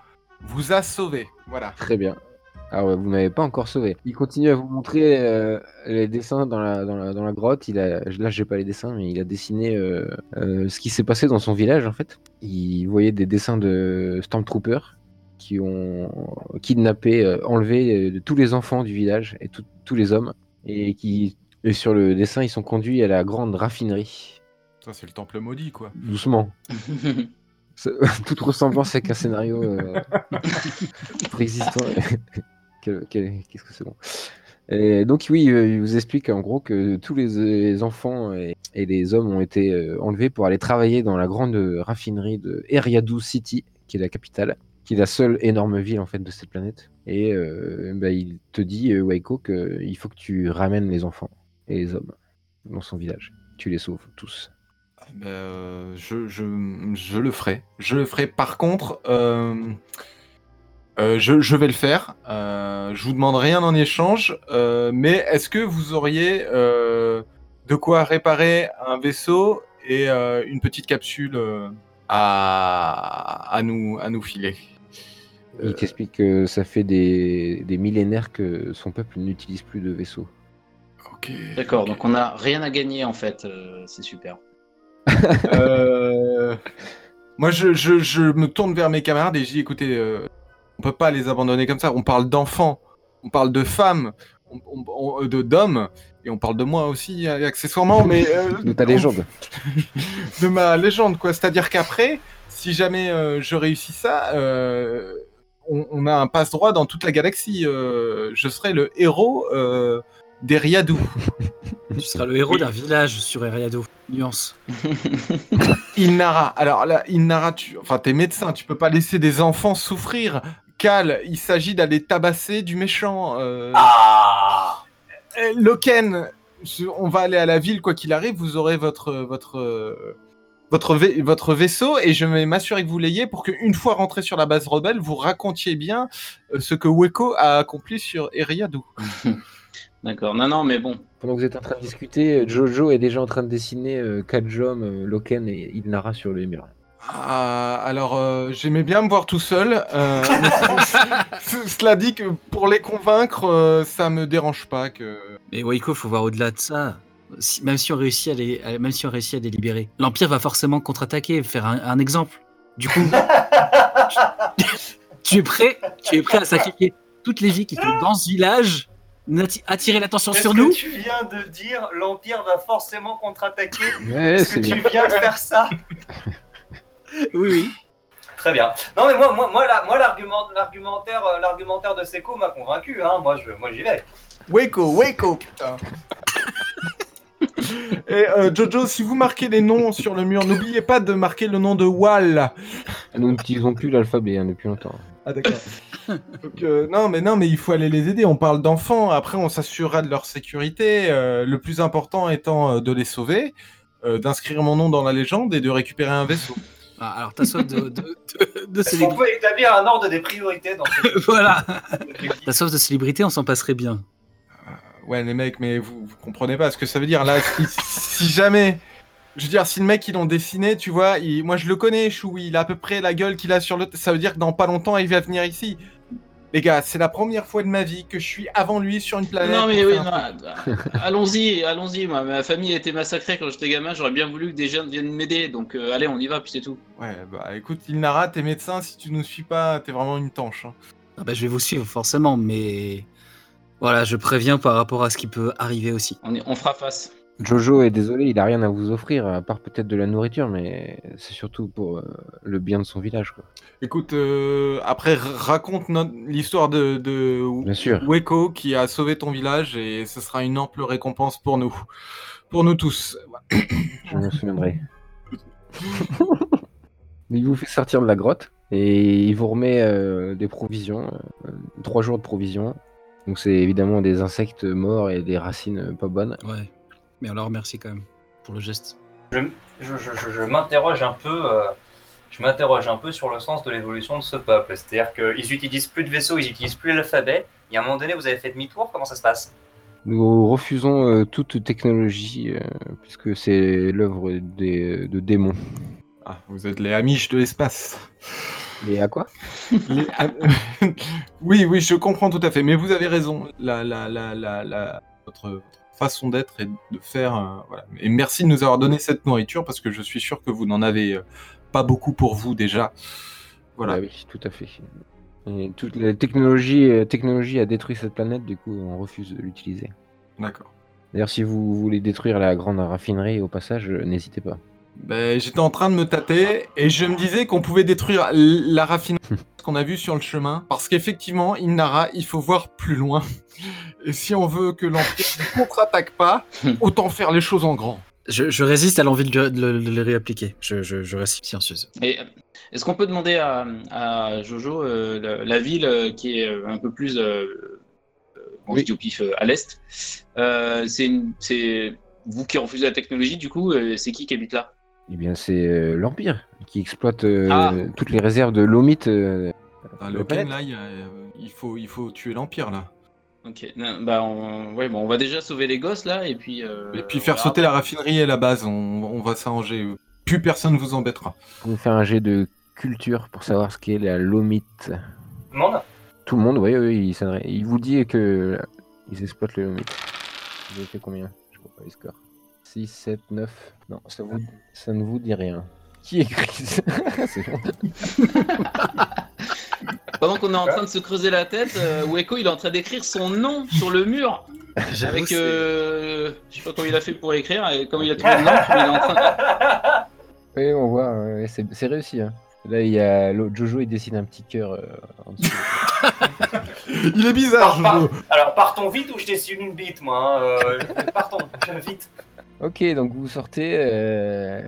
Speaker 5: vous a sauvé. Voilà.
Speaker 4: Très bien. Ah ouais, vous m'avez pas encore sauvé. Il continue à vous montrer euh, les dessins dans la, dans la, dans la grotte. Il a, là, j'ai pas les dessins, mais il a dessiné euh, euh, ce qui s'est passé dans son village en fait. Il voyait des dessins de Stormtroopers qui ont kidnappé, euh, enlevé euh, tous les enfants du village et tout- tous les hommes. Et qui, et sur le dessin, ils sont conduits à la grande raffinerie.
Speaker 5: Ça, c'est le temple maudit, quoi.
Speaker 4: Doucement. Ça- Toute ressemblance avec un scénario euh, préexistant. Quel- quel- Qu'est-ce que c'est bon Et donc oui, euh, il vous explique en gros que tous les, les enfants et, et les hommes ont été euh, enlevés pour aller travailler dans la grande raffinerie de Eriadu City, qui est la capitale, qui est la seule énorme ville en fait de cette planète. Et euh, bah, il te dit, euh, Waiko, qu'il faut que tu ramènes les enfants et les hommes dans son village. Tu les sauves tous.
Speaker 5: Euh, je, je, je le ferai. Je le ferai. Par contre, euh, euh, je, je vais le faire. Euh, je vous demande rien en échange. euh, mais est-ce que vous auriez euh, de quoi réparer un vaisseau et euh, une petite capsule euh, à, à, nous, à nous filer
Speaker 4: Il
Speaker 5: Euh,
Speaker 4: t'explique que ça fait des, des millénaires que son peuple n'utilise plus de vaisseaux.
Speaker 5: Ok.
Speaker 8: D'accord, donc on n'a rien à gagner en fait, euh, c'est super.
Speaker 5: Euh, Moi, je, je- je me tourne vers mes camarades et je dis écoutez, euh, on peut pas les abandonner comme ça. On parle d'enfants, on parle de femmes, on, on- on- euh, de d'hommes, et on parle de moi aussi euh, accessoirement, mais euh,
Speaker 4: De ta légende.
Speaker 5: de ma légende, quoi. C'est-à-dire qu'après, si jamais euh, je réussis ça, euh, on, on a un passe droit dans toute la galaxie. euh, je serai le héros euh, des Riadou.
Speaker 7: Tu seras le héros d'un village sur Eriado. Nuance.
Speaker 5: Ilnara, alors là, Ilnara, tu... enfin, t'es médecin, tu peux pas laisser des enfants souffrir. Cal, il s'agit d'aller tabasser du méchant. Euh...
Speaker 6: Ah
Speaker 5: eh, Loken, je- on va aller à la ville quoi qu'il arrive, vous aurez votre votre euh, votre, vai- votre vaisseau et je vais m'assurer que vous l'ayez pour qu'une fois rentré sur la base rebelle, vous racontiez bien euh, ce que Weko a accompli sur Eriadou.
Speaker 8: D'accord, non, non, mais bon.
Speaker 4: Pendant que vous êtes en train de discuter, euh, Jojo est déjà en train de dessiner euh, Kajom, euh, Loken et Ilnara sur le mur.
Speaker 5: Ah, alors, euh, j'aimais bien me voir tout seul. euh, mais c- cela dit que pour les convaincre, euh, ça me dérange pas que.
Speaker 7: Mais Waiko, faut voir au-delà de ça. Si- même, si on réussit à les, à- même si on réussit à les libérer, l'Empire va forcément contre-attaquer, faire un, un exemple. Du coup, tu, tu es prêt Tu es prêt à sacrifier toutes les vies qui sont dans ce village, n'atti- attirer l'attention
Speaker 6: Est-ce
Speaker 7: sur
Speaker 6: que
Speaker 7: nous
Speaker 6: tu viens de dire l'Empire va forcément contre-attaquer
Speaker 7: Eh,
Speaker 4: Ouais,
Speaker 6: Est-ce
Speaker 4: c'est
Speaker 6: que tu
Speaker 4: bien.
Speaker 6: viens de faire ça
Speaker 7: Oui, oui.
Speaker 6: Très bien. Non mais moi, moi, moi, la- moi l'argument, l'argumentaire, euh, l'argumentaire de Seko m'a convaincu. Hein. Moi, je, moi, j'y vais.
Speaker 5: Weko, Weko, putain. Et euh, Jojo, si vous marquez les noms sur le mur, n'oubliez pas de marquer le nom de Wal.
Speaker 4: Nous n'utilisons plus l'alphabet hein, depuis longtemps.
Speaker 5: Ah d'accord. Donc, euh, non mais non mais il faut aller les aider. On parle d'enfants. Après on s'assurera de leur sécurité. euh, le plus important étant euh, de les sauver, euh, d'inscrire mon nom dans la légende et de récupérer un vaisseau.
Speaker 7: Ah, alors, t'as soif de, de, de, de
Speaker 6: Est-ce qu'on
Speaker 7: célébri-
Speaker 6: peut établir un ordre des priorités dans ce
Speaker 7: Voilà. T'as soif de célébrité, on s'en passerait bien.
Speaker 5: Ouais, les mecs, mais vous, vous comprenez pas ce que ça veut dire là. Si, si jamais, je veux dire, si le mec ils l'ont dessiné, tu vois, il- moi je le connais, Choui, il a à peu près la gueule qu'il a sur le. Ça veut dire que dans pas longtemps il va venir ici. Les gars, c'est la première fois de ma vie que je suis avant lui sur une planète.
Speaker 8: Euh, Non, mais
Speaker 5: pour
Speaker 8: oui,
Speaker 5: faire un
Speaker 8: non, ah, allons-y, allons-y. Ma, ma famille a été massacrée quand j'étais gamin, j'aurais bien voulu que des jeunes viennent m'aider, donc euh, allez, on y va, puis c'est tout.
Speaker 5: truc. Ouais, bah écoute, Ilnara, t'es médecin, si tu nous suis pas, t'es vraiment une tanche. hein.
Speaker 7: Ah bah, je vais vous suivre, forcément, mais. Voilà, je préviens par rapport à ce qui peut arriver aussi.
Speaker 8: On, est- on fera face.
Speaker 4: Jojo est désolé, il a rien à vous offrir, à part peut-être de la nourriture, mais c'est surtout pour euh, le bien de son village. Quoi.
Speaker 5: Écoute, euh, après r- raconte notre- l'histoire de, de
Speaker 4: Bien sûr.
Speaker 5: Weko qui a sauvé ton village et ce sera une ample récompense pour nous. Pour nous tous.
Speaker 4: Je m'en souviendrai. il vous fait sortir de la grotte et il vous remet euh, des provisions, euh, trois jours de provisions. Donc c'est évidemment des insectes morts et des racines euh, pas bonnes.
Speaker 7: Ouais. Mais alors, merci quand même pour le geste.
Speaker 6: je, je, je, je m'interroge un peu. euh, je m'interroge un peu sur le sens de l'évolution de ce peuple. C'est-à-dire qu'ils utilisent plus de vaisseaux, ils utilisent plus l'alphabet. Il y a un moment donné, vous avez fait demi-tour. Comment ça se passe
Speaker 4: Nous refusons euh, toute technologie euh, puisque c'est l'œuvre des- euh, de démons.
Speaker 5: Ah, vous êtes les Amish de l'espace.
Speaker 4: Mais à quoi
Speaker 5: Les Am- oui, oui, je comprends tout à fait. Mais vous avez raison. La, la, la, la, la- votre façon d'être et de faire. euh, voilà. Et merci de nous avoir donné cette nourriture parce que je suis sûr que vous n'en avez euh, pas beaucoup pour vous déjà. Voilà.
Speaker 4: Ah oui, tout à fait. Et toute la technologie, euh, technologie a détruit cette planète, du coup on refuse de l'utiliser.
Speaker 5: D'accord.
Speaker 4: D'ailleurs, si vous voulez détruire la grande raffinerie au passage, euh, n'hésitez pas.
Speaker 5: Ben, J'étais en train de me tâter et je me disais qu'on pouvait détruire l- la raffinerie qu'on a vue sur le chemin parce qu'effectivement, Inara, il faut voir plus loin. Et si on veut que l'Empire ne contre-attaque pas, autant faire les choses en grand.
Speaker 7: Je, je résiste à l'envie de, le- de le- de les réappliquer. Je, je- je reste silencieuse.
Speaker 8: Et euh, est-ce qu'on peut demander à, à Jojo euh, la, la ville euh, qui est euh, un peu plus, euh, euh, bon, je
Speaker 4: Oui.
Speaker 8: dis au pif, euh, à l'est euh, C'est une- c'est vous qui refusez la technologie, du coup, euh, c'est qui qui habite là
Speaker 4: Eh bien, c'est euh, l'Empire qui exploite euh,
Speaker 8: Ah.
Speaker 4: toutes les réserves de l'Omite. euh,
Speaker 5: Ah,
Speaker 4: Le
Speaker 5: le
Speaker 4: palette.
Speaker 5: game, là, il, y a, euh, il faut, il faut tuer l'Empire, là.
Speaker 8: Ok, non, bah on, ouais, bon, on va déjà sauver les gosses là, et puis. euh,
Speaker 5: et puis
Speaker 8: on
Speaker 5: faire
Speaker 8: verra.
Speaker 5: sauter la raffinerie et la base, on, on va s'arranger. Plus personne vous embêtera.
Speaker 4: vous faire un jet de culture pour savoir ce qu'est la l'Omite.
Speaker 6: Monde
Speaker 4: euh, Tout le monde, oui, oui, il, s'adresse- il vous dit que ils exploitent le Lomite. J'ai fait combien Je vois pas les scores. 6, 7, 9. Non, ça, vous- ça ne vous dit rien. Qui écrit ça C'est bon.
Speaker 8: Pendant qu'on est en train de se creuser la tête, euh, Weko il est en train d'écrire son nom sur le mur.
Speaker 5: Ah
Speaker 7: J'avoue,
Speaker 8: Avec,
Speaker 7: c'est-
Speaker 8: euh, je sais pas comment il a fait pour écrire, et comment il a trouvé le nom, mais il est en train.
Speaker 4: Oui, on voit, ouais, ouais, c'est c'est réussi. hein. Là, il y a l'autre- Jojo, il dessine un petit cœur euh, en dessous.
Speaker 5: Il est bizarre,
Speaker 6: Par- par-
Speaker 5: Jojo.
Speaker 6: Alors partons vite ou je dessine une bite, moi. hein, euh, partons, vite.
Speaker 4: Ok, donc vous sortez. euh,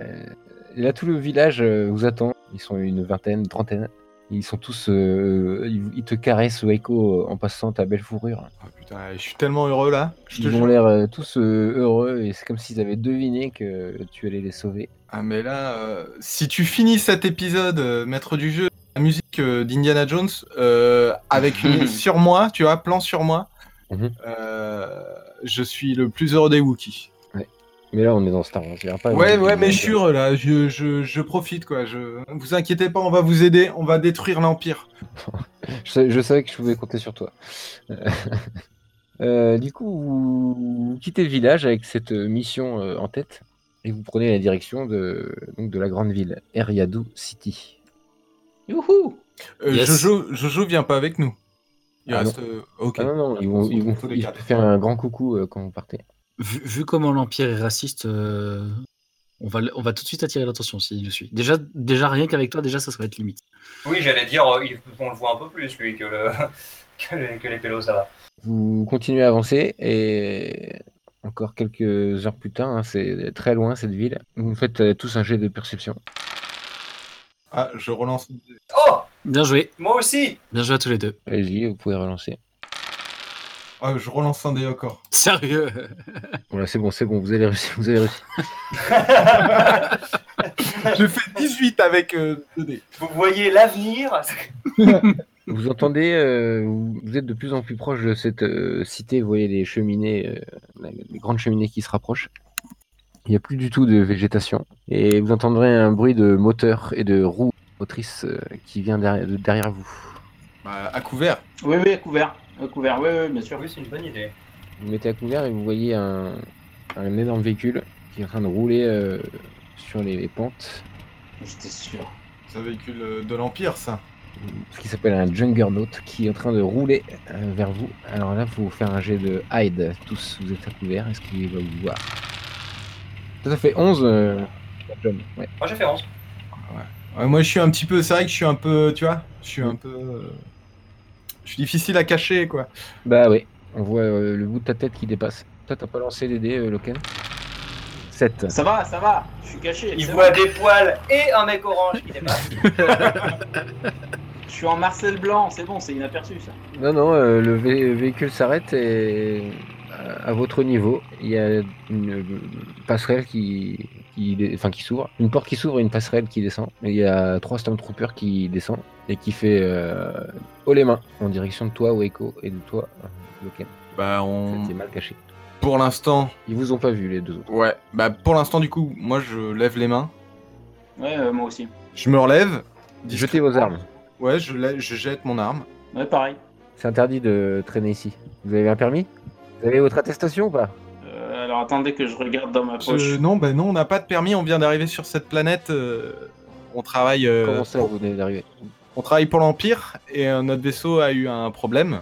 Speaker 4: et là, tout le village euh, vous attend. Ils sont une vingtaine, trentaine. Ils sont tous. euh, ils, ils te caressent, Waiko, en passant ta belle fourrure.
Speaker 5: Ah, putain, je suis tellement heureux là. Je te
Speaker 4: Ils ont
Speaker 5: jure.
Speaker 4: l'air euh, tous euh, heureux et c'est comme s'ils avaient deviné que tu allais les sauver.
Speaker 5: Ah, mais là, euh, si tu finis cet épisode, euh, maître du jeu, la musique euh, d'Indiana Jones, euh, avec une mise sur moi, tu vois, plan sur moi,
Speaker 4: Mhm.
Speaker 5: euh, je suis le plus heureux des Wookiees.
Speaker 4: Mais là, on est dans Star Wars. il y aura pas
Speaker 5: Ouais,
Speaker 4: de-
Speaker 5: ouais, mais je suis heureux là, je, je, je profite quoi. Je... Vous inquiétez pas, on va vous aider, on va détruire l'Empire.
Speaker 4: Je, sa- je savais que je pouvais compter sur toi. Euh, euh, du coup, vous, vous quittez le village avec cette euh, mission euh, en tête et vous prenez la direction de, donc, de la grande ville, Eriadu City.
Speaker 8: Youhou
Speaker 5: Euh,
Speaker 7: Yes.
Speaker 5: Jojo, Jojo vient pas avec nous. Il
Speaker 4: Ah
Speaker 5: reste. euh, Ok.
Speaker 4: Ah non, non, ils vont, ils vont-
Speaker 5: Tous les
Speaker 4: ils
Speaker 5: quatre.
Speaker 4: peuvent faire un grand coucou euh, quand vous partez.
Speaker 7: vu, vu comment l'Empire est raciste, euh, on, va, le- on va tout de suite attirer l'attention s'il nous suit. Déjà, déjà rien qu'avec toi, déjà, ça, ça va être limite.
Speaker 6: Oui, j'allais dire, euh, il- on le voit un peu plus lui que le que les, que les pélos, ça va.
Speaker 4: Vous continuez à avancer et encore quelques heures plus tard, hein, c'est très loin cette ville. Vous faites euh, tous un jet de perception.
Speaker 5: Ah, je relance.
Speaker 6: Oh,
Speaker 7: Bien joué,
Speaker 6: moi aussi.
Speaker 7: bien joué à tous les deux.
Speaker 4: Allez-y, vous pouvez relancer.
Speaker 5: Ah, je relance un dé encore.
Speaker 7: Sérieux
Speaker 4: Voilà, c'est bon, c'est bon, vous allez réussir, vous allez réussir.
Speaker 5: J'ai fait 18 avec 2 dés.
Speaker 6: Vous voyez l'avenir.
Speaker 4: Vous entendez, euh, vous vous êtes de plus en plus proche de cette euh, cité, vous voyez les cheminées, euh, la- les grandes cheminées qui se rapprochent. Il n'y a plus du tout de végétation. Et vous entendrez un bruit de moteur et de roue motrice euh, qui vient derrière, de derrière vous.
Speaker 5: Bah, à couvert.
Speaker 8: Oui, oui, à couvert. À couvert, oui, oui, bien sûr.
Speaker 6: Oui, c'est une bonne idée.
Speaker 4: Vous mettez à couvert et vous voyez un, un énorme véhicule qui est en train de rouler euh, sur les, les pentes.
Speaker 8: J'étais sûr.
Speaker 5: C'est un véhicule euh, de l'Empire, ça.
Speaker 4: Ce qui s'appelle un Juggernaut qui est en train de rouler euh, vers vous. Alors là, faut faire un jet de hide. Tous, vous êtes à couvert. Est-ce qu'il va vous voir Ça fait 11, euh, John. Ouais.
Speaker 6: Moi, j'ai fait 11.
Speaker 5: Ouais, moi, je suis un petit peu. C'est vrai que je suis un peu. Tu vois Je suis un peu. euh, Je suis difficile à cacher, quoi.
Speaker 4: Bah oui, on voit euh, le bout de ta tête qui dépasse. Toi, t'as pas lancé les dés, euh, Loken 7.
Speaker 8: Ça va, ça va, je suis caché.
Speaker 6: Il
Speaker 8: ça
Speaker 6: voit
Speaker 8: va.
Speaker 6: des poils et un mec orange qui dépasse.
Speaker 8: Je suis en Marcel Blanc, c'est bon, c'est inaperçu ça.
Speaker 4: Non, non, euh, le vé- véhicule s'arrête et euh, à votre niveau, il y a une euh, passerelle qui, qui, dé- enfin, qui s'ouvre, une porte qui s'ouvre et une passerelle qui descend. Et il y a trois Stormtroopers qui descendent et qui fait euh, haut les mains en direction de toi, Waco, et de toi, euh, Loken.
Speaker 5: Bah, on.
Speaker 4: C'était mal caché.
Speaker 5: Pour l'instant.
Speaker 4: Ils vous ont pas vu, les deux autres.
Speaker 5: Ouais. Bah, pour l'instant, du coup, moi, je lève les mains.
Speaker 8: Ouais, euh, moi aussi.
Speaker 5: Je me relève.
Speaker 4: Jetez vos armes.
Speaker 5: Ouais, je, lè- je jette mon arme.
Speaker 8: Ouais, pareil.
Speaker 4: C'est interdit de traîner ici. Vous avez un permis Vous avez votre attestation ou pas
Speaker 8: Euh, alors attendez que je regarde dans ma poche.
Speaker 5: Euh, non, bah non, on n'a pas de permis, on vient d'arriver sur cette planète. euh, on travaille, euh,
Speaker 4: Comment ça, vous venez d'arriver
Speaker 5: on travaille pour l'Empire et euh, notre vaisseau a eu un problème.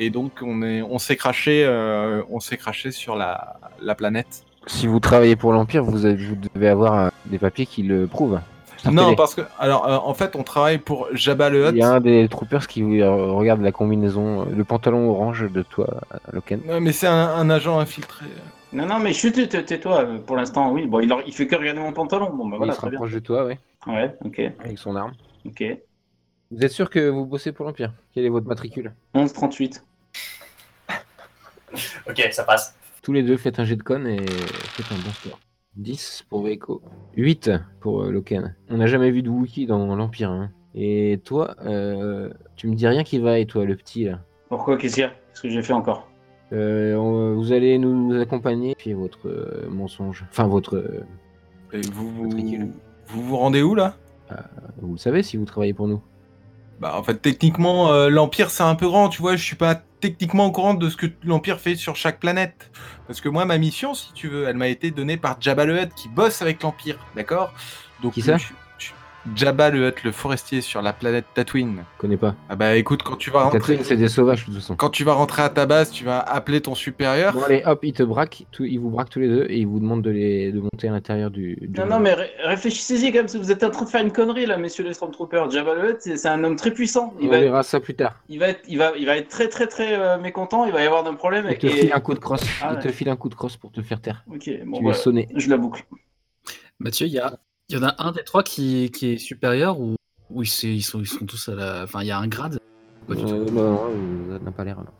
Speaker 5: Et donc, on est, on s'est craché, euh, on s'est craché sur la, la planète.
Speaker 4: Si vous travaillez pour l'Empire, vous, avez- vous devez avoir euh, des papiers qui le prouvent.
Speaker 5: Non,
Speaker 4: Sortez-les.
Speaker 5: parce que, alors, euh, en fait, on travaille pour Jabba le
Speaker 4: Il y a
Speaker 5: Hutt.
Speaker 4: un des troopers qui euh, regarde la combinaison, euh, le pantalon orange de toi, euh, Loken.
Speaker 5: Ouais, mais c'est un, un agent infiltré.
Speaker 8: Non, non, mais chut, chut, tais-toi. euh, Pour l'instant, oui. Bon, il, il fait que regarder mon pantalon. Bon, bah voilà,
Speaker 4: il se
Speaker 8: très bien.
Speaker 4: rapproche de toi, ouais,
Speaker 8: Ouais, ok,
Speaker 4: avec son arme.
Speaker 8: ok.
Speaker 4: Vous êtes sûr que vous bossez pour l'Empire Quel est votre matricule
Speaker 8: 11,38.
Speaker 6: Ok, ça passe.
Speaker 4: Tous les deux, faites un jet de con et faites un bon score. 10 pour Veiko. 8 pour euh, Loken. On n'a jamais vu de Wookiee dans l'Empire. hein. Et toi, euh, tu me dis rien qui va, et toi, le petit, là
Speaker 8: Pourquoi Qu'est-ce qu'il y a Qu'est-ce que j'ai fait encore
Speaker 4: Euh, on- vous allez nous, nous accompagner, puis votre euh, mensonge, enfin votre, euh,
Speaker 5: Et vous,
Speaker 4: Matricule.
Speaker 5: vous, vous vous rendez où là
Speaker 4: vous le savez si vous travaillez pour nous.
Speaker 5: Bah, en fait, techniquement, euh, l'Empire, c'est un peu grand, tu vois. Je suis pas techniquement au courant de ce que l'Empire fait sur chaque planète. Parce que moi, ma mission, si tu veux, elle m'a été donnée par Jabba le Hutt qui bosse avec l'Empire, d'accord Donc,
Speaker 4: Qui ça
Speaker 5: tu- tu- Jabba le Hutt, le forestier sur la planète Tatooine.
Speaker 4: Je connais pas.
Speaker 5: Ah bah écoute, quand tu vas rentrer,
Speaker 4: Catherine, c'est des sauvages, de toute façon.
Speaker 5: quand tu vas rentrer à ta base, tu vas appeler ton supérieur.
Speaker 4: Bon, allez, hop, ils te braquent, tout- ils vous braquent tous les deux et ils vous demandent de, les, de monter à l'intérieur du. du-
Speaker 8: Non, non, mais ré- réfléchissez-y quand même, parce que vous êtes en train de faire une connerie là, messieurs les Stormtroopers. Jabba le Hutt, c'est c'est un homme très puissant.
Speaker 4: On
Speaker 8: Il va,
Speaker 4: verra ça plus tard.
Speaker 8: il va, être, il va, il va être très, très, très euh, mécontent. Il va y avoir un problème.
Speaker 4: Ils
Speaker 8: Et,
Speaker 4: te filent un coup de crosse.
Speaker 8: Ah,
Speaker 4: Ils te
Speaker 8: ouais.
Speaker 4: filent un coup de crosse pour te faire taire.
Speaker 8: Ok, bon,
Speaker 4: tu
Speaker 8: voilà.
Speaker 4: es sonné.
Speaker 8: je la boucle.
Speaker 7: Mathieu, il y, a- il y en a un des trois qui, qui est supérieur ou, ou ils, se- ils sont, ils sont tous à la. Enfin, il y a un grade Pas du
Speaker 4: Euh,
Speaker 7: tout.
Speaker 4: non, non, ça n'a pas l'air. non.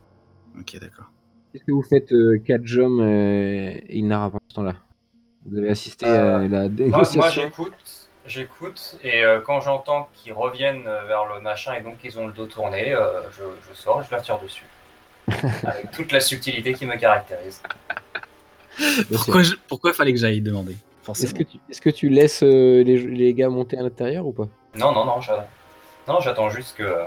Speaker 7: Ok, d'accord.
Speaker 4: Qu'est-ce que vous faites, euh, Kadjom euh, et Ilnara, pendant ce temps-là Vous avez assisté à
Speaker 6: Euh,
Speaker 4: la
Speaker 6: Moi, moi,
Speaker 4: négociation
Speaker 6: j'écoute, j'écoute, et euh, quand j'entends qu'ils reviennent euh, vers le machin et donc qu'ils ont le dos tourné, euh, je, je sors et je leur tire dessus. Avec toute la subtilité qui me caractérise.
Speaker 7: Pourquoi, je- pourquoi fallait que j'aille demander
Speaker 4: Est-ce
Speaker 7: Forcément.
Speaker 4: que, tu- est-ce que tu laisses euh, les, les gars monter à l'intérieur ou pas
Speaker 6: Non, non, non, j'a- non, j'attends juste que, euh,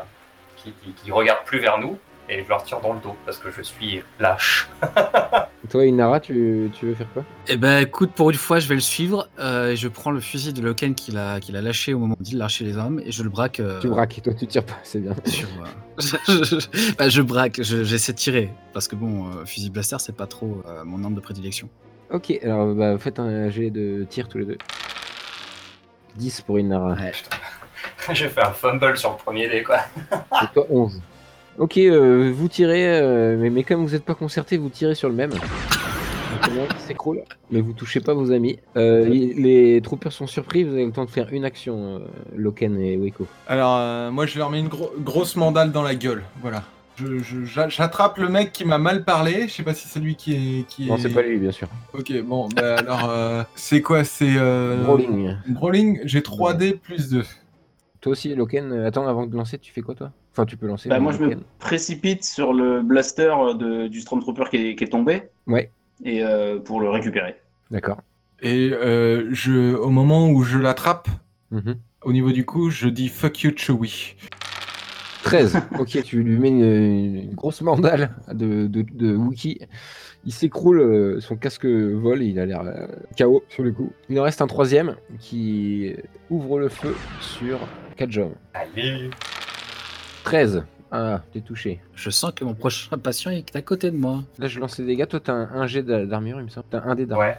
Speaker 6: qu'ils qu'ils- qu'ils regardent plus vers nous et je leur tire dans le dos parce que je suis lâche.
Speaker 4: Et Toi, Ilnara, tu, tu veux faire quoi
Speaker 7: Eh ben, écoute, pour une fois, je vais le suivre. euh, et je prends le fusil de Loken qu'il a, qu'il a lâché au moment de lâcher les hommes et je le braque. euh,
Speaker 4: Tu braques, toi, tu tires pas, c'est bien.
Speaker 7: sur, euh, je, je- bah, je braque, je- j'essaie de tirer. Parce que bon, euh, fusil blaster, c'est pas trop euh, mon arme de prédilection.
Speaker 4: Ok, alors bah, faites un jet de tir tous les deux. 10 pour Ilnara.
Speaker 7: Ouais.
Speaker 6: J'ai fait un fumble sur le premier dé, quoi.
Speaker 4: Et toi, 11. Ok, euh, vous tirez, euh, mais, mais comme vous n'êtes pas concerté, vous tirez sur le même. Donc, il y en a un qui s'écroule, mais vous touchez pas vos amis. Euh, il- les troopers sont surpris, vous avez le temps de faire une action, euh, Loken et Weko.
Speaker 5: Alors, euh, moi, je leur mets une gro- grosse mandale dans la gueule. Voilà. Je- je- j'a- J'attrape le mec qui m'a mal parlé. Je sais pas si c'est lui qui est. Qui
Speaker 4: Non,
Speaker 5: est-
Speaker 4: c'est pas lui, bien sûr.
Speaker 5: Ok, bon, bah, alors, euh, c'est quoi C'est. euh,
Speaker 4: Rolling.
Speaker 5: Brawling, j'ai 3D plus 2.
Speaker 4: Toi aussi, Loken, euh, attends, avant de lancer, tu fais quoi, toi Enfin, tu peux lancer.
Speaker 8: Bah,
Speaker 4: mais
Speaker 8: moi, je me
Speaker 4: Loken.
Speaker 8: précipite sur le blaster de- du Stormtrooper qui est, qui est tombé.
Speaker 4: Ouais.
Speaker 8: Et euh, pour le récupérer.
Speaker 4: D'accord.
Speaker 5: Et euh, je, au moment où je l'attrape,
Speaker 4: Mhm.
Speaker 5: au niveau du coup, je dis fuck you, Chewie.
Speaker 4: 13. ok, tu lui mets une, une grosse mandale de, de, de Wookie. Il s'écroule, euh, son casque vole, il a l'air euh, KO sur le coup. Il en reste un troisième qui ouvre le feu sur Kajom.
Speaker 6: Allez,
Speaker 4: 13. Ah, t'es touché.
Speaker 7: Je sens que mon prochain patient est à côté de moi.
Speaker 4: Là, je lance les dégâts. Toi, t'as un, un jet d'a- d'armure, il me semble. T'as un dé d'armure.
Speaker 6: ouais.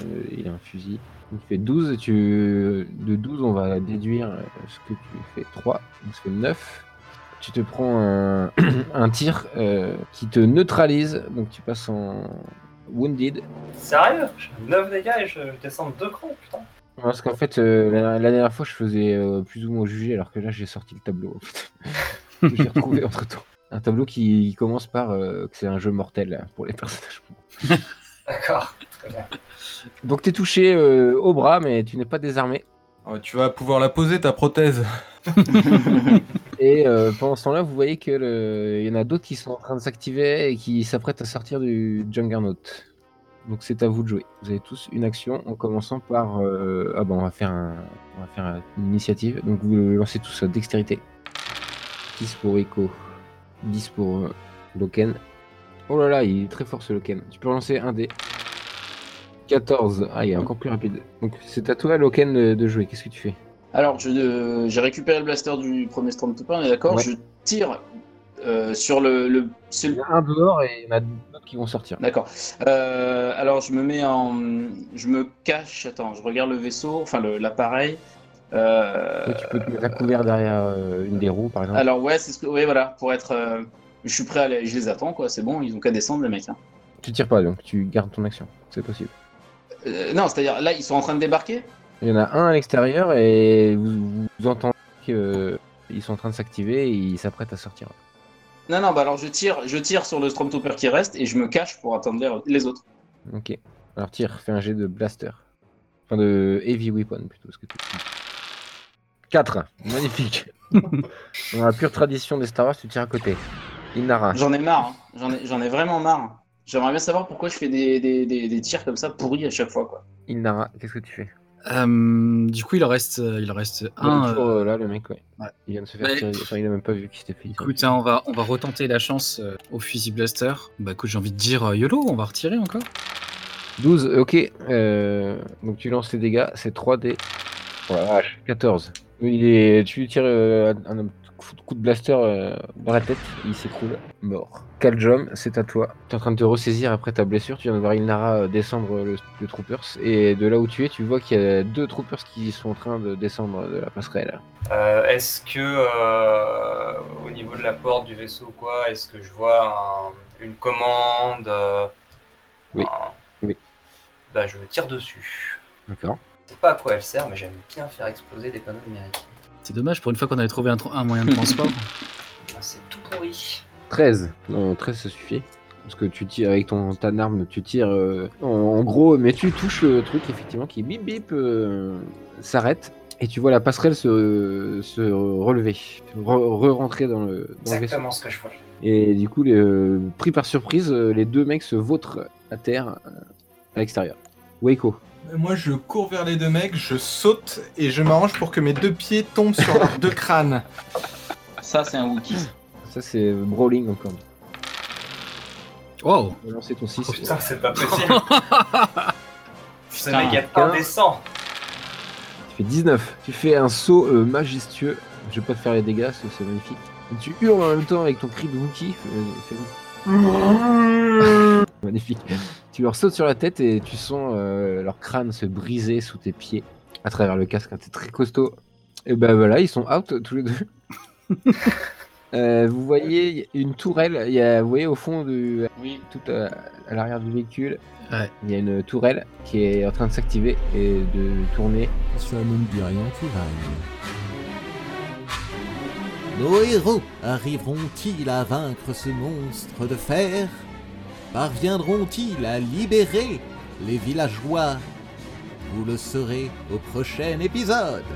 Speaker 4: Euh, il a un fusil. Il fait 12. et Tu... De 12, on va déduire euh, ce que tu fais. 3. Donc ça fait 9. Tu te prends un, un tir euh, qui te neutralise. Donc tu passes en wounded.
Speaker 6: Sérieux 9 dégâts et je descends de deux crans, putain.
Speaker 4: Parce qu'en fait, euh, la, la dernière fois, je faisais euh, plus ou moins jugé, alors que là, j'ai sorti le tableau. En fait. que j'ai retrouvé entre temps. Un tableau qui commence par euh, que c'est un jeu mortel pour les personnages.
Speaker 6: D'accord.
Speaker 4: Donc t'es touché euh, au bras, mais tu n'es pas désarmé.
Speaker 5: Oh, tu vas pouvoir la poser, ta prothèse.
Speaker 4: Et euh, pendant ce temps-là, vous voyez que le- il y en a d'autres qui sont en train de s'activer et qui s'apprêtent à sortir du Juggernaut. Donc c'est à vous de jouer. Vous avez tous une action en commençant par euh, ah bon, on va faire un- on va faire un- une initiative. Donc vous lancez tous à dextérité. 10 pour Echo, 10 pour euh, Loken. Oh là là, il est très fort ce Loken. Tu peux lancer un dé. 14. Ah, il est encore plus rapide. Donc c'est à toi Loken de- de jouer. Qu'est-ce que tu fais
Speaker 8: Alors, je, euh, j'ai récupéré le blaster du premier Stormtrooper, on est d'accord
Speaker 4: Ouais.
Speaker 8: Je tire euh, sur le. le- c'est
Speaker 4: Il
Speaker 8: le-
Speaker 4: y en a un dehors et il y en a d'autres qui vont sortir.
Speaker 8: D'accord. Euh, alors, je me mets en. Je me cache. Attends, je regarde le vaisseau, enfin le- l'appareil. Euh,
Speaker 4: Toi, tu peux te mettre à couvert derrière euh, une des roues, par exemple.
Speaker 8: alors, ouais, c'est ce que. Ouais, voilà, pour être. euh, Je suis prêt à les. Je les attends, quoi. C'est bon, ils ont qu'à descendre, les mecs. hein.
Speaker 4: Tu tires pas, donc tu gardes ton action. C'est possible.
Speaker 8: Euh, non, c'est-à-dire, là, ils sont en train de débarquer
Speaker 4: Il y en a un à l'extérieur et vous, vous entendez qu'ils sont en train de s'activer et ils s'apprêtent à sortir.
Speaker 8: Non, non, bah alors je tire, je tire sur le Stormtrooper qui reste et je me cache pour attendre les- les autres.
Speaker 4: Ok. Alors tire, fais un jet de blaster. Enfin de heavy weapon plutôt. Ce que tu... 4. Magnifique. Dans la pure tradition des Star Wars, tu tires à côté. Inara.
Speaker 8: J'en ai marre, hein. j'en ai, j'en ai vraiment marre. J'aimerais bien savoir pourquoi je fais des, des, des, des tirs comme ça pourris à chaque fois. Quoi.
Speaker 4: Inara, qu'est-ce que tu fais
Speaker 7: Euh, du coup, il en reste, il en reste
Speaker 4: Il est
Speaker 7: un.
Speaker 4: toujours,
Speaker 7: euh,
Speaker 4: euh, là, le mec, ouais.
Speaker 7: ouais.
Speaker 4: Il vient de se faire
Speaker 7: Mais-
Speaker 4: tirer. Enfin, il a même pas vu qu'il s'était fait. tirer.
Speaker 7: Écoute, hein, on, va, on va retenter la chance euh, au fusil blaster. Bah écoute, j'ai envie de dire euh, YOLO, on va retirer encore.
Speaker 4: 12, ok. euh, donc tu lances les dégâts, c'est 3D. Oh la vache, 14. Il est, tu lui tires euh, un, un coup de- coup de blaster euh, dans la tête, il s'écroule, mort. Caljom, c'est à toi. Tu es en train de te ressaisir après ta blessure, tu viens de voir Ilnara euh, descendre le, le Troopers, et de là où tu es, tu vois qu'il y a deux Troopers qui sont en train de descendre de la passerelle.
Speaker 6: Euh, est-ce que, euh, au niveau de la porte du vaisseau, ou quoi, est-ce que je vois un- une commande euh,
Speaker 4: Oui.
Speaker 6: un-
Speaker 4: Oui.
Speaker 6: Bah, je tire dessus.
Speaker 4: D'accord.
Speaker 6: Je sais pas à quoi elle sert, mais j'aime bien faire exploser des panneaux numériques.
Speaker 7: C'est dommage, pour une fois qu'on avait trouvé un, tr- un moyen de transport.
Speaker 6: Ah, C'est tout pourri.
Speaker 4: 13. Non, 13 ça suffit. Parce que tu tires avec ton, ta arme, tu tires euh, en, en gros, mais tu touches le truc effectivement qui bip bip euh, s'arrête. Et tu vois la passerelle se, se relever, re- re-rentrer dans le, dans le vaisseau.
Speaker 6: Exactement ce que je voulais.
Speaker 4: Et du coup, les, euh, pris par surprise, euh, les deux mecs se vautrent à terre, euh, à l'extérieur. Waco.
Speaker 5: Moi, je cours vers les deux mecs, je saute et je m'arrange pour que mes deux pieds tombent sur leurs deux crânes.
Speaker 8: Ça, c'est un Wookiee.
Speaker 4: Ça, c'est brawling encore.
Speaker 7: Wow
Speaker 4: On va lancer ton 6.
Speaker 6: Oh, Putain, c'est pas possible. Ce
Speaker 8: Putain.
Speaker 6: mec est indécent.
Speaker 4: Tu fais 19. Tu fais un saut euh, majestueux. Je vais pas te faire les dégâts, c'est c'est magnifique. Et tu hurles en même temps avec ton cri de Wookie. magnifique. Tu leur sautes sur la tête et tu sens euh, leur crâne se briser sous tes pieds à travers le casque. C'est très costaud. Et ben voilà, ils sont out tous les deux. Euh, vous voyez une tourelle, il y a, vous voyez au fond du,
Speaker 8: Oui.
Speaker 4: tout à, à l'arrière du véhicule,
Speaker 7: Ouais.
Speaker 4: il y a une tourelle qui est en train de s'activer et de tourner
Speaker 3: Ça ne me dit rien, tu vas. Nos héros arriveront-ils à vaincre ce monstre de fer Parviendront-ils à libérer les villageois Vous le saurez au prochain épisode